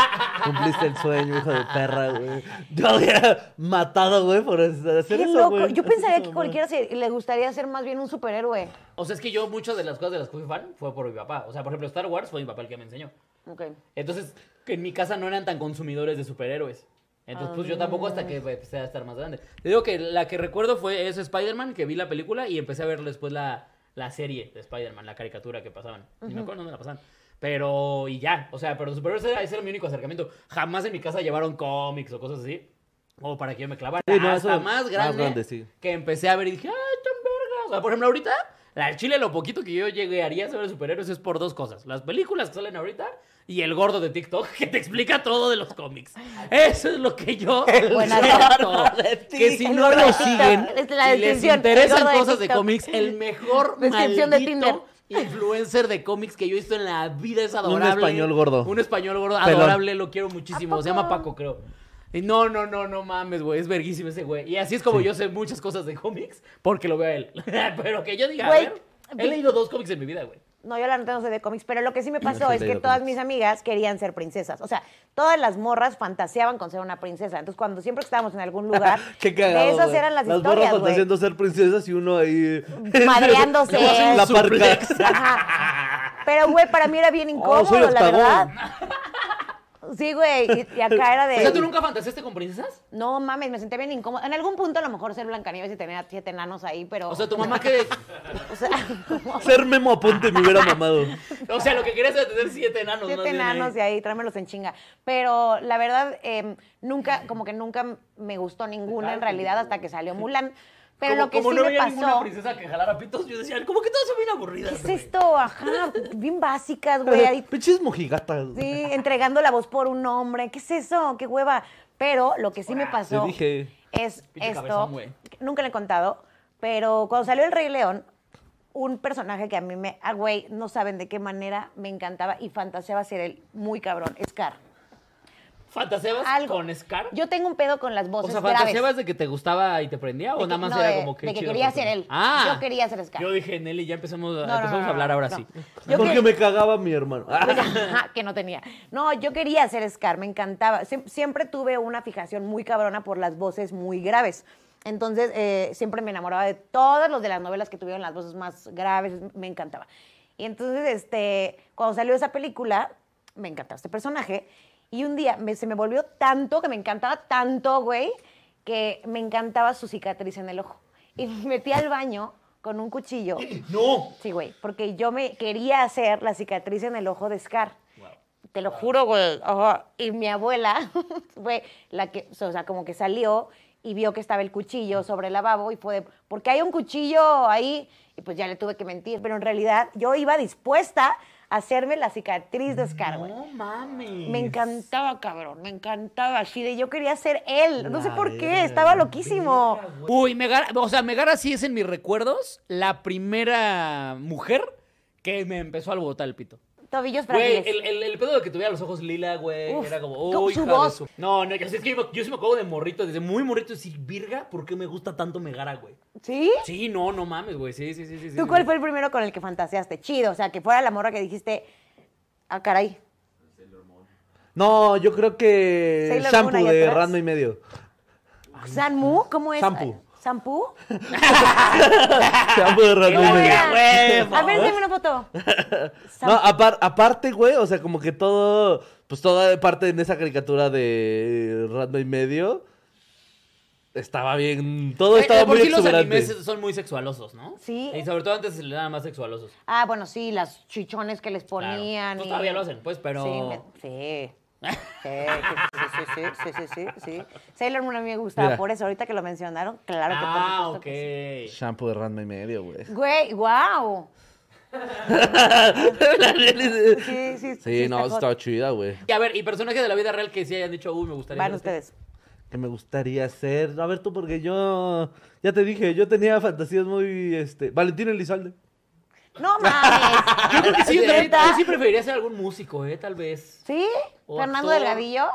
S3: Cumpliste el sueño, hijo de perra, güey. Yo hubiera matado, güey, por hacer
S2: Qué
S3: eso,
S2: loco.
S3: güey.
S2: Yo
S3: Hacer
S2: pensaría
S3: esa
S2: que
S3: mamada.
S2: cualquiera se- le gustaría ser más bien un superhéroe.
S1: O sea, es que yo muchas de las cosas de las que fui fan fue por mi papá. O sea, por ejemplo, Star Wars fue mi papá el que me enseñó.
S2: Ok.
S1: Entonces, que en mi casa no eran tan consumidores de superhéroes. Entonces, pues yo tampoco hasta que pues, empecé a estar más grande. Te digo que la que recuerdo fue eso, Spider-Man, que vi la película y empecé a ver después la, la serie de Spider-Man, la caricatura que pasaban. Ni me acuerdo dónde la pasaban. Pero, y ya. O sea, pero de superhéroes era, ese era mi único acercamiento. Jamás en mi casa llevaron cómics o cosas así. O para que yo me clavara.
S3: Sí, no,
S1: hasta
S3: eso-
S1: más
S3: más
S1: grande,
S3: grande, sí.
S1: que empecé a ver y dije, ¡ay, tan vergas! O sea, por ejemplo, ahorita, al chile lo poquito que yo llegaría a saber de superhéroes es por dos cosas. Las películas que salen ahorita y el gordo de TikTok que te explica todo de los cómics. Eso es lo que yo...
S2: Buen
S1: Exacto.
S3: gordo de
S1: Que si
S3: TikTok.
S1: no
S2: El gordo
S1: lo
S2: de
S1: siguen,
S2: TikTok. Es la
S1: si les
S2: descripción, el
S1: interesan
S2: gordo de
S1: cosas de
S2: TikTok.
S1: cómics, el mejor
S2: Descripción de
S1: maldito influencer de cómics que yo he visto en la vida es adorable.
S3: español gordo.
S1: Un español gordo,
S3: Pelón.
S1: adorable, lo quiero muchísimo. Se llama Paco, creo. Y no, no, no, no mames, güey. Es verguísimo ese güey. Y así es como yo sé muchas cosas de cómics porque lo veo a él. Pero que yo diga, a
S2: Güey,
S1: ver, he
S2: vi-
S1: leído dos cómics en mi vida, güey.
S2: No, yo la neta no sé de cómics, pero lo que sí me pasó
S3: sí he
S2: es que
S3: leído
S2: todas
S3: cómics.
S2: mis amigas querían ser princesas. O sea, todas las morras fantaseaban con ser una princesa. Entonces, cuando siempre que estábamos en algún lugar,
S3: Qué cagado,
S2: de esas
S3: güey.
S2: eran las,
S3: Las
S2: historias,
S3: morras
S2: güey.
S3: fantaseando ser princesas y uno ahí...
S2: Madreándose.
S3: La parca.
S2: Ajá. Pero, güey, para mí era bien incómodo,
S3: Oh, soy
S2: la
S3: octagón.
S2: verdad. Sí, güey, y, y acá era de...
S1: O sea, ¿tú nunca fantaseaste con princesas?
S2: No mames, me sentía bien incómoda. En algún punto a lo mejor ser Blancanieves y tener a siete enanos ahí, pero.
S1: O sea, tu mamá que...
S2: O sea,
S3: Ser Memo Aponte me hubiera mamado.
S1: O sea, lo que querías era tener siete enanos. más
S2: siete
S1: bien ahí.
S2: enanos y ahí, trámelos en chinga. Pero la verdad, eh, nunca, como que nunca me gustó ninguna en realidad hasta que salió Mulan. Pero
S1: como,
S2: lo que
S1: como
S2: sí
S1: no
S2: me
S1: veía ninguna
S2: pasó.
S1: princesa que jalara pitos, yo decía, como que todas son bien aburridas.
S2: ¿Qué es
S1: güey".
S2: esto? Ajá, bien básicas, güey. ahí
S3: Pinches mojigatas.
S2: Sí, entregando la voz por un hombre. ¿Qué es eso? ¡Qué hueva! Pero lo que sí me pasó
S3: Te dije.
S2: es
S1: Pinche
S2: esto.
S1: cabezón, güey.
S2: nunca le he contado, pero cuando salió El Rey León, un personaje que a mí me. Ah, güey, no saben de qué manera me encantaba y fantaseaba ser él muy cabrón. Scar.
S1: ¿Fantaseabas
S2: Algo.
S1: con Scar?
S2: Yo tengo un pedo con las
S1: o
S2: voces
S1: sea,
S2: graves.
S1: ¿fantaseabas de que te gustaba y te prendía o
S2: De que-
S1: nada más
S2: no,
S1: era
S2: de-
S1: como que
S2: de que
S1: chido
S2: quería
S1: porque-
S2: ser él.
S1: Ah.
S2: Yo quería ser Scar.
S1: Yo dije, Nelly, ya empezamos,
S2: No, no,
S1: empezamos
S2: no,
S1: a hablar
S2: no,
S1: ahora
S2: no.
S1: sí.
S2: Yo
S3: Porque
S2: que-
S3: me cagaba mi hermano. Ah,
S2: Ajá, que no tenía. No, yo quería ser Scar, me encantaba. Siem- siempre tuve una fijación muy cabrona por las voces muy graves. Entonces, eh, siempre me enamoraba de todas los de las novelas que tuvieron las voces más graves, me encantaba. Y entonces, este, cuando salió esa película, me encantaba este personaje. Y un día me- se me volvió tanto, que me encantaba tanto, güey, que me encantaba su cicatriz en el ojo. Y me metí al baño con un cuchillo
S1: ¡No!
S2: Sí, güey, porque yo me quería hacer la cicatriz en el ojo de Scar. Te lo juro, güey. ajá. Y mi abuela fue la que, o sea, como que salió y vio que estaba el cuchillo sobre el lavabo y fue de, porque hay un cuchillo ahí y pues ya le tuve que mentir, pero en realidad yo iba dispuesta a hacerme la cicatriz de Scar, güey.
S1: ¡No mames!
S2: Me encantaba, cabrón, me encantaba así de yo quería ser él, no sé
S3: La
S2: por qué,
S3: verga,
S2: estaba loquísimo.
S1: Uy, Megara, o sea, Megara sí es en mis recuerdos la primera mujer que me empezó a alborotar el pito.
S2: Tobillos
S1: Güey,
S2: frágiles.
S1: el, el, el pedo de que tuviera los ojos lila, güey,
S2: Uf,
S1: era como,
S2: con
S1: uy,
S2: su
S1: hija de
S2: voz.
S1: su-". No, no, yo, es que yo, yo sí me acuerdo de morrito, desde muy morrito, sí, virga, ¿por qué me gusta tanto Megara, güey?
S2: ¿Sí?
S1: Sí, no, no mames, güey, sí, sí, sí, sí.
S2: ¿Tú
S1: sí.
S2: cuál fue el primero con el que fantaseaste? Chido, o sea, que fuera la morra que dijiste, ah, caray.
S3: No, yo creo que
S2: Sailor Moon
S3: shampoo
S2: ahí
S3: de
S2: atrás.
S3: Rando y medio.
S2: ¿Sanmu? ¿Cómo es?
S3: Shampoo.
S2: ¿Sampú?
S3: Te amo de
S2: ¡Qué
S3: Ramírez.
S2: buena!
S4: huevo!
S2: A ver, enséñame una foto.
S3: No, apar- aparte, güey, o sea, como que todo, pues toda parte en esa caricatura de Ranma y medio estaba bien, todo
S1: Eh,
S3: estaba
S1: de por
S3: muy
S1: sí los
S3: exuberante.
S1: animes son muy sexualosos, ¿no?
S2: Sí.
S1: Y sobre todo antes se le daban más sexualosos.
S2: Ah, bueno, sí, las chichones que les
S1: Claro.
S2: ponían.
S1: Pues
S2: y-
S1: todavía lo hacen, pues, pero.
S2: Sí, me- sí. Sí, sí, sí, sí, sí, sí, sí, sí. Sailor Moon a mí me gustaba,
S3: Mira.
S2: por eso ahorita que lo mencionaron, claro que por
S1: ah,
S2: supuesto
S1: ok.
S2: que sí.
S3: Shampoo de Ranma y medio, güey.
S2: Güey, wow.
S3: sí,
S2: Sí, sí,
S3: no,
S2: está
S3: estaba
S2: hot.
S3: chida, güey.
S1: Y a ver, y personajes de la vida real que sí hayan dicho, uy, me gustaría.
S2: Van
S1: ser este.
S2: ustedes.
S3: Que me gustaría ser, a ver tú, porque yo, ya te dije, yo tenía fantasías muy, este, Valentín Elizalde.
S2: No mames.
S1: Yo creo que sí, yo, también-
S2: ¿Neta?
S1: yo sí preferiría ser algún músico, ¿eh? Tal vez.
S2: ¿Sí?
S1: O
S2: Fernando
S1: actor.
S2: Delgadillo.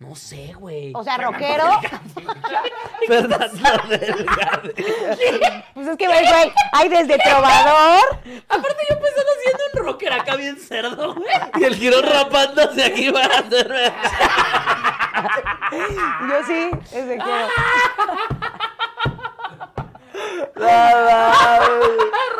S1: No sé, güey.
S2: O sea, rockero.
S3: Fernando
S2: Pues es que, güey, güey, hay desde trovador.
S1: Aparte, yo pensando siendo un rocker acá bien cerdo, güey.
S3: y el girón rapándose aquí para hacerme.
S2: Yo sí, ese quiero.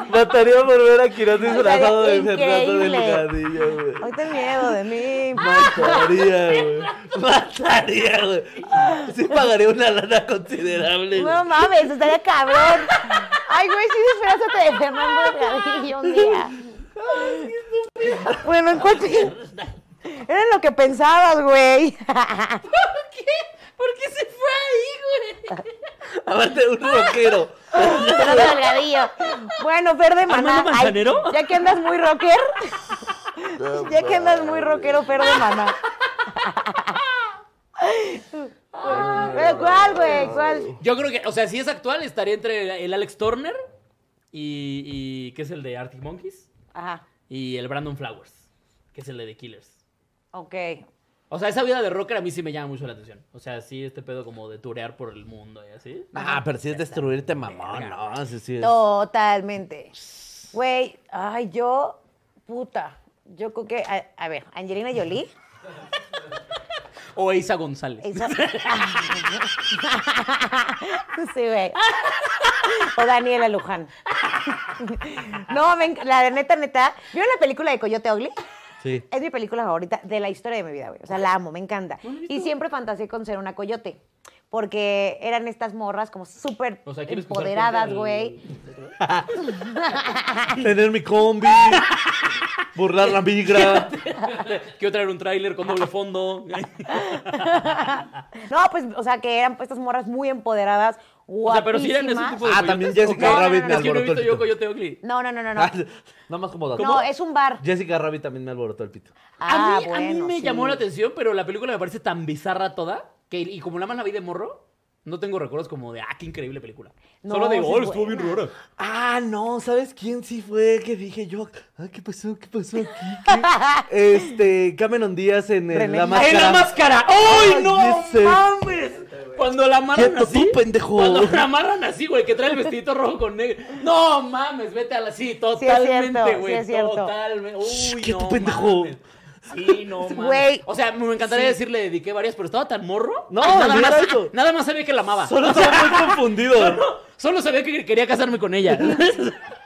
S3: Mataría por ver a Quirón disfrazado de
S2: Estaría
S3: Fernando
S2: increíble.
S3: Delgadillo, güey.
S2: Hoy te miedo de mí. pues.
S1: Ah.
S3: Mataría, güey. Mataría, güey. Sí pagaría una lana considerable. güey.
S2: No mames, estaría cabrón. Ay, güey, sí, disfrázate de Fernando Delgadillo un día. Bueno, en cuanto... Era lo que pensabas, güey.
S1: ¿Por qué? ¿Por qué se fue ahí, güey?
S3: Aparte, un rockero.
S2: Fernando Delgadillo. Bueno, Fer de Maná.
S4: ¿Armando
S2: Ay,
S4: Manzanero?
S2: ya que andas muy rocker. ya que andas muy rockero, Fer de Maná. Pero, Eh, ¿Cuál, güey? ¿Cuál?
S1: Yo creo que, o sea, si es actual, estaría entre el Alex Turner y, y que es el de Arctic Monkeys,
S2: Ajá,
S1: y el Brandon Flowers, que es el de The Killers.
S2: ok.
S1: O sea, esa vida de rocker a mí sí me llama mucho la atención. O sea, sí, este pedo como de turear por el mundo y así.
S3: Ah, pero si es destruirte, mamón, no. Sí, sí. es-
S2: Totalmente. Güey, ay, yo, puta. Yo creo que, a, a ver, Angelina Jolie.
S1: O Isa González.
S2: esa- sí, güey. O Daniela Luján. No, me enc- la neta, neta. ¿Vieron la película de Coyote Ugly?
S3: Sí.
S2: Es mi película favorita de la historia de mi vida, güey. O sea, la amo, me encanta. Y siempre fantaseé con ser una coyote. Porque eran estas morras como súper
S1: O sea, ¿quieres cruzar
S2: empoderadas,
S1: gente al-
S2: güey.
S3: Tener mi combi. Burlar la migra.
S1: Quiero traer un tráiler con doble fondo.
S2: No, pues, o sea, que eran pues, estas morras muy empoderadas,
S1: o
S2: guapísimas.
S1: sea, pero si eran ese tipo de
S3: Ah,
S1: coyotes,
S3: también
S1: ¿o
S3: Jessica
S1: qué?
S2: No,
S3: Rabbit
S2: no, no,
S3: me
S2: no.
S1: Es que no he
S3: alborotó el
S1: visto yo
S3: pito.
S1: Coyote Ugly.
S2: No, no, no, no, no.
S3: Ah, Nada más como dato.
S2: No, es un bar.
S3: Jessica Rabbit también me alborotó el pito.
S2: Ah,
S1: a, mí, a mí
S2: bueno,
S1: me
S2: sí.
S1: llamó la atención, pero la película me parece tan bizarra toda que, y como la más la vi de morro, no tengo recuerdos como de, ah, qué increíble película.
S2: No,
S1: Solo de,
S2: sí es
S1: oh, estuvo bien
S2: buena".
S1: rara.
S3: Ah, no, ¿sabes quién sí fue? Que dije yo, ah, ¿qué pasó? ¿Qué pasó aquí? ¿Qué? Este, Cameron Díaz en el-
S2: René.
S3: la
S2: En
S3: máscara.
S1: ¡En la máscara! ¡Ay,
S3: Ay,
S1: no
S3: ese.
S1: mames! Cuando la amarran
S3: Quieto,
S1: así.
S3: tú, pendejo.
S1: Cuando la amarran así, güey, que trae el vestidito rojo con negro. ¡No mames! Vete a la... Sí,
S2: cierto,
S1: totalmente,
S2: sí
S1: güey.
S2: es cierto.
S1: Totalmente. ¡Uy,
S3: quieto,
S1: no
S3: pendejo.
S1: mames. Sí, no mames.
S2: Güey.
S1: O sea, me encantaría decir le dediqué varias, pero estaba tan morro.
S3: No,
S1: nada
S3: no era
S1: más,
S3: eso.
S1: nada más sabía que la amaba.
S3: Solo estaba muy confundido.
S1: Solo sabía que quería casarme con ella.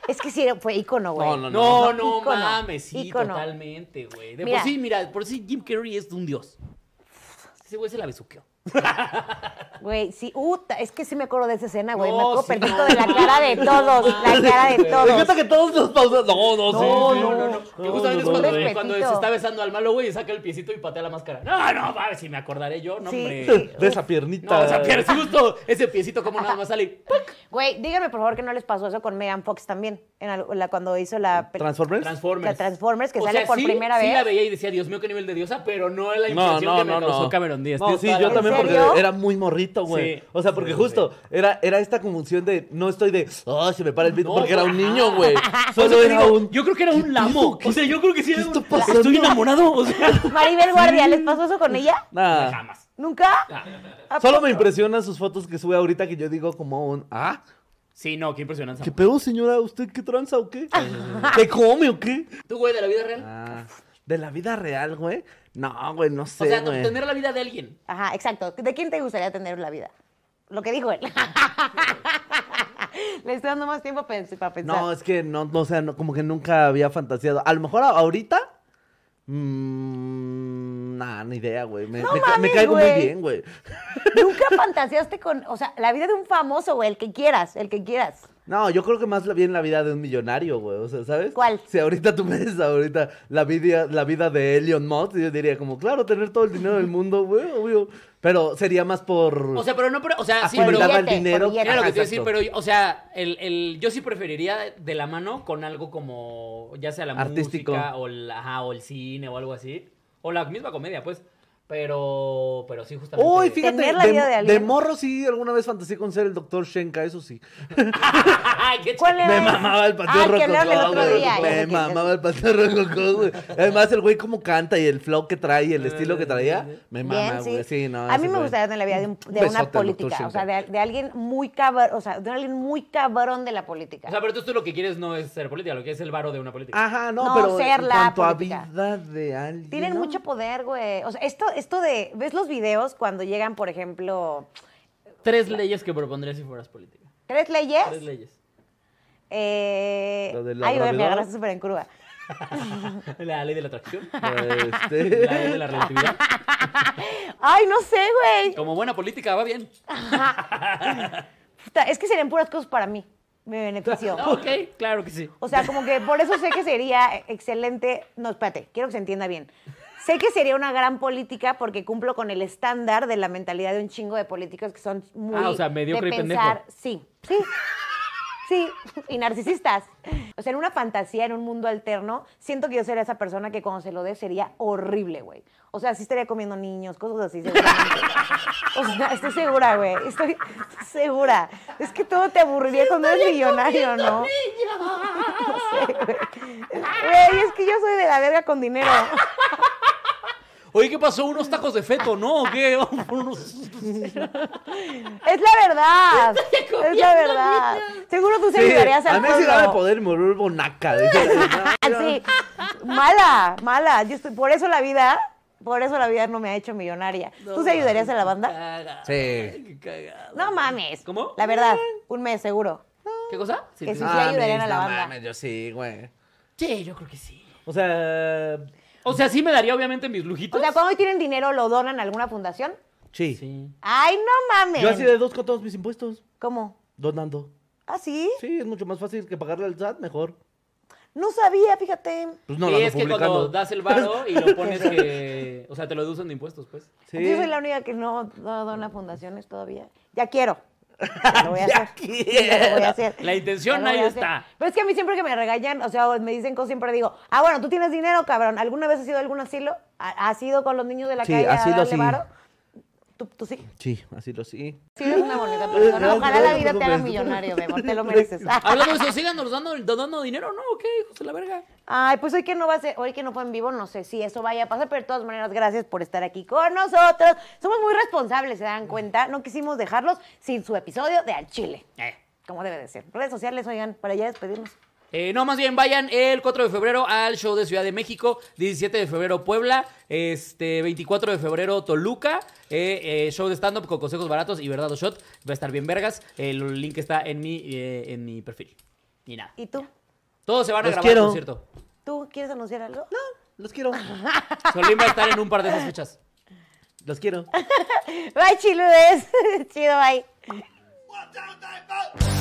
S2: Es que sí, era- fue ícono, güey.
S3: No, no,
S1: No, no,
S2: Ícono,
S1: mames, sí,
S2: ícono.
S1: totalmente, güey. De
S2: Mira.
S1: por sí, mira, de por sí Jim Carrey es un dios. Ese güey se la besuqueó.
S2: Güey, sí, uta, es que sí me acuerdo de esa escena, güey.
S1: No,
S2: me acuerdo
S1: sí,
S2: perfecto
S1: no,
S2: de la
S1: no,
S2: cara de
S1: no,
S2: todos,
S1: no,
S2: la cara de
S1: güey.
S3: Me
S2: todos.
S3: encanta que todos nos pausas. No, no, sí,
S2: No,
S3: sí,
S2: no,
S1: Que justamente
S2: no,
S1: es cuando,
S2: no.
S1: cuando se
S2: Respetito.
S1: está besando al malo, güey, y saca el piecito y patea la máscara. No, no, mames, si me acordaré yo, no,
S2: Sí, sí.
S1: hombre.
S3: De esa piernita.
S1: No, o sea, pero sí justo ese piecito como nada más sale. y ¡pac!
S2: Güey, díganme por favor que no les pasó eso con Megan Fox también, en al- la- cuando hizo la... pel-
S3: ¿Transformers?
S1: Transformers.
S2: La Transformers que
S1: O
S2: sale
S1: sea,
S2: por
S1: sí,
S2: primera
S1: Sí
S2: vez.
S1: la veía y decía, Dios mío, qué nivel de diosa, pero no la
S3: No,
S1: impresión
S3: no,
S1: que me
S3: no,
S1: causó
S3: no.
S1: Cameron Díaz.
S3: No,
S1: Tienes
S3: sí,
S1: toda
S3: yo
S1: la
S3: también
S1: razón.
S3: porque
S2: serio?
S3: era muy morrito, güey.
S1: Sí.
S3: O sea, porque
S1: Sí,
S3: justo era, era esta confusión de no estoy de, oh, se me para el pito
S1: No,
S3: porque era un
S1: ajá.
S3: niño, güey.
S1: O sea,
S3: Solo
S1: te
S3: era
S1: digo,
S3: un
S1: Yo creo que era
S3: ¿Qué
S1: un lamo.
S3: pedo? ¿Qué-
S1: O sea, yo creo que sí
S3: qué
S1: era un...
S3: está pasando?
S1: Estoy enamorado. O sea,
S2: Maribel Guardia, ¿les pasó eso con ella?
S3: Nah.
S1: jamás. Ah.
S2: ¿Nunca? Ah, pues ¿A
S3: Solo
S2: poco?
S3: me impresionan sus fotos que sube ahorita que yo digo como un ah,
S1: Sí, no, qué impresionante.
S3: qué pedo señora, usted qué tranza o qué? ¿Qué come o qué?
S1: ¿Tú, güey, de la vida real?
S3: Ah, de la vida real, güey. No, güey, no sé,
S1: o sea,
S3: güey.
S1: tener la vida de alguien.
S2: Ajá, exacto. ¿De quién te gustaría tener la vida? Lo que dijo él. Le estoy dando más tiempo pens- para pensar.
S3: No, es que no, no, o sea, no, como que nunca había fantaseado. A lo mejor a- ahorita. Mmm. Nah, ni idea, güey. Me, me ca- me
S2: mames,
S3: caigo
S2: güey.
S3: muy bien, güey.
S2: Nunca fantaseaste con, o sea, la vida de un famoso, güey, el que quieras, el que quieras.
S3: No, yo creo que más la- bien la vida de un millonario, güey. O sea, ¿sabes?
S2: ¿Cuál?
S3: Si ahorita tú me dices ahorita la vida, la vida de Elon Musk, yo diría como, claro, tener todo el dinero del mundo, güey, obvio. Pero sería más por.
S1: O sea, pero no, pero, o
S3: Ah,
S1: sea, sí,
S2: por
S1: pero.
S3: acumulaba el
S2: billete, por
S3: dinero.
S2: billete.
S1: Era lo que te iba a decir,
S3: Exacto.
S1: pero, o sea, el, el, yo sí preferiría de la mano con algo como, ya sea la
S3: Artístico.
S1: música o, la- ajá, o el cine o algo así. O la misma comedia, pues. Pero, pero sí, justamente.
S3: Uy, fíjate,
S2: Tener la
S3: de,
S2: vida de alguien.
S3: de morro sí, alguna vez fantaseé con ser el doctor Shenka, eso sí.
S1: Ay, qué
S2: ¿Cuál era?
S3: Me mamaba el
S2: Ah,
S3: pateo
S2: el que hablaron el
S3: rococó,
S2: otro
S3: güey.
S2: día, ya sé
S3: Me
S2: quién es.
S3: mamaba el pateo rococó, güey. Además, el güey cómo canta y el flow que trae y el estilo que traía, me mama,
S2: Bien,
S3: güey.
S2: sí.
S3: Sí, no,
S2: a
S3: ese
S2: mí me
S3: güey.
S2: gustaría tener la vida de, un- de
S3: Besote,
S2: una
S3: doctor
S2: política, o sea,
S3: Shinkai.
S2: de, de alguien muy cabrón, o sea, de alguien muy cabrón de la política.
S1: O sea, pero tú, tú lo que quieres no es ser política, lo que es el varo de una política.
S3: Ajá, no,
S2: No,
S3: pero
S2: ser
S3: en
S2: la
S3: cuanto a
S2: política.
S3: vida de alguien.
S2: Tienen
S3: ¿no?
S2: mucho poder, güey. O sea, esto, esto de, ¿ves los videos cuando llegan, por ejemplo,
S1: Tres leyes que propondrías si fueras política.
S2: tres leyes?
S1: Tres leyes.
S2: Eh,
S3: Lo de la
S2: ay, güey, me
S3: gravedad.
S2: agarraste súper en curva.
S1: La ley de la atracción. La
S3: Este...
S1: ley de la relatividad.
S2: Ay, no sé, güey.
S1: Como buena política, va bien.
S2: Puta, Es que serían puras cosas para mí. Me benefició.
S1: Ah, ok, claro que sí.
S2: O sea, como que por eso sé que sería excelente. No, espérate, quiero que se entienda bien. Sé que sería una gran política porque cumplo con el estándar de la mentalidad de un chingo de políticos que son muy.
S1: Ah, o sea, mediocre
S2: de
S1: y pendejo.
S2: pensar, Sí, sí. Sí, y narcisistas. O sea, en una fantasía, en un mundo alterno, siento que yo sería esa persona que cuando se lo dé sería horrible, güey. O sea, sí estaría comiendo niños, cosas así. seguramente. O sea, estoy segura, güey. Estoy, estoy segura. Es que todo te aburriría cuando eres millonario, ¿no? Güey, es que yo soy de la verga con dinero.
S1: Oye, ¿qué pasó? ¿Unos tacos de feto, no? ¿O qué? Unos-
S2: Es la verdad. Es la verdad. Seguro tú se
S3: Sí,
S2: ayudarías
S3: a
S2: al
S3: mí sí
S2: pueblo.
S3: daba poder morir bonaca. De hecho,
S2: Así. Mala, mala. Yo estoy, por eso la vida, por eso la vida no me ha hecho millonaria. ¿Tú se ayudarías a la banda?
S1: Caga- qué
S3: Sí.
S1: cagado.
S2: No mames.
S1: ¿Cómo?
S2: La verdad, un mes seguro.
S1: ¿Qué cosa? Sí,
S2: Que
S1: sí.
S2: sí. ayudarían
S3: mis,
S2: a la
S3: Ah, no
S2: banda.
S3: mames, yo sí, güey.
S1: Sí, yo creo que sí.
S3: O sea,
S1: O sea, sí me daría obviamente mis
S2: O
S1: lujitos.
S2: sea, pues, cuando tienen dinero lo donan a alguna fundación.
S3: sí.
S1: Sí.
S2: Ay, no mames.
S3: Yo así de dos con todos mis impuestos,
S2: ¿Cómo?
S3: donando.
S2: ¿Ah, sí?
S3: Sí, es mucho más fácil que pagarle al SAT, mejor.
S2: No sabía, fíjate.
S3: Pues no,
S1: y
S3: lo ando
S1: es que
S3: publicando.
S1: cuando das el varo y lo pones que... O sea, te lo deducen de impuestos, pues.
S3: Sí.
S2: Yo soy la única que no, no dona fundaciones todavía. Ya quiero. Ya lo voy a
S3: Ya
S2: hacer. Ya lo voy a hacer.
S1: La intención
S2: Ya lo voy a
S1: ahí
S2: hacer.
S1: está.
S2: Pero es que a mí siempre que me regañan, o sea, o me dicen cosas, siempre digo, ah, bueno, tú tienes dinero, cabrón. ¿Alguna vez has ido a algún asilo? ¿Ha- ¿Has ido con los niños de la
S3: Sí,
S2: calle a
S3: asilo
S2: darle
S3: sí.
S2: varo? ¿Tú, tú sí.
S3: Sí, así lo sí.
S2: Sí, eres una bonita persona.
S3: Gracias,
S2: Ojalá la vida
S3: no
S2: te haga
S3: me-
S2: millonario, mi amor. Te lo mereces.
S1: Hablando de eso, ¿sigan nos dando, donando dinero no? ¿O qué, hijos de la verga?
S2: Ay, pues hoy que no va a ser, hoy que no fue en vivo, no sé si eso vaya a pasar, pero de todas maneras, gracias por estar aquí con nosotros. Somos muy responsables, se dan cuenta. No quisimos dejarlos sin su episodio de Al Chile,
S1: Eh.
S2: como debe de ser. Redes sociales, oigan, para ya despedirnos.
S1: Eh, no, más bien vayan el 4 de febrero al show de Ciudad de México, 17 de febrero Puebla, este 24 de febrero Toluca, eh, eh, show de stand-up con consejos baratos y verdad o shot, va a estar bien vergas, el link está en mi, eh, en mi perfil. Y nada,
S2: ¿Y tú?
S1: todos se van a
S3: Los
S1: grabar
S3: quiero.
S1: el concierto.
S2: ¿Tú quieres anunciar algo?
S3: Los quiero.
S1: Solín va a estar en un par de esas fechas.
S3: Los quiero.
S2: Bye, chiludes. Chido, bye.
S5: One, two, three, four.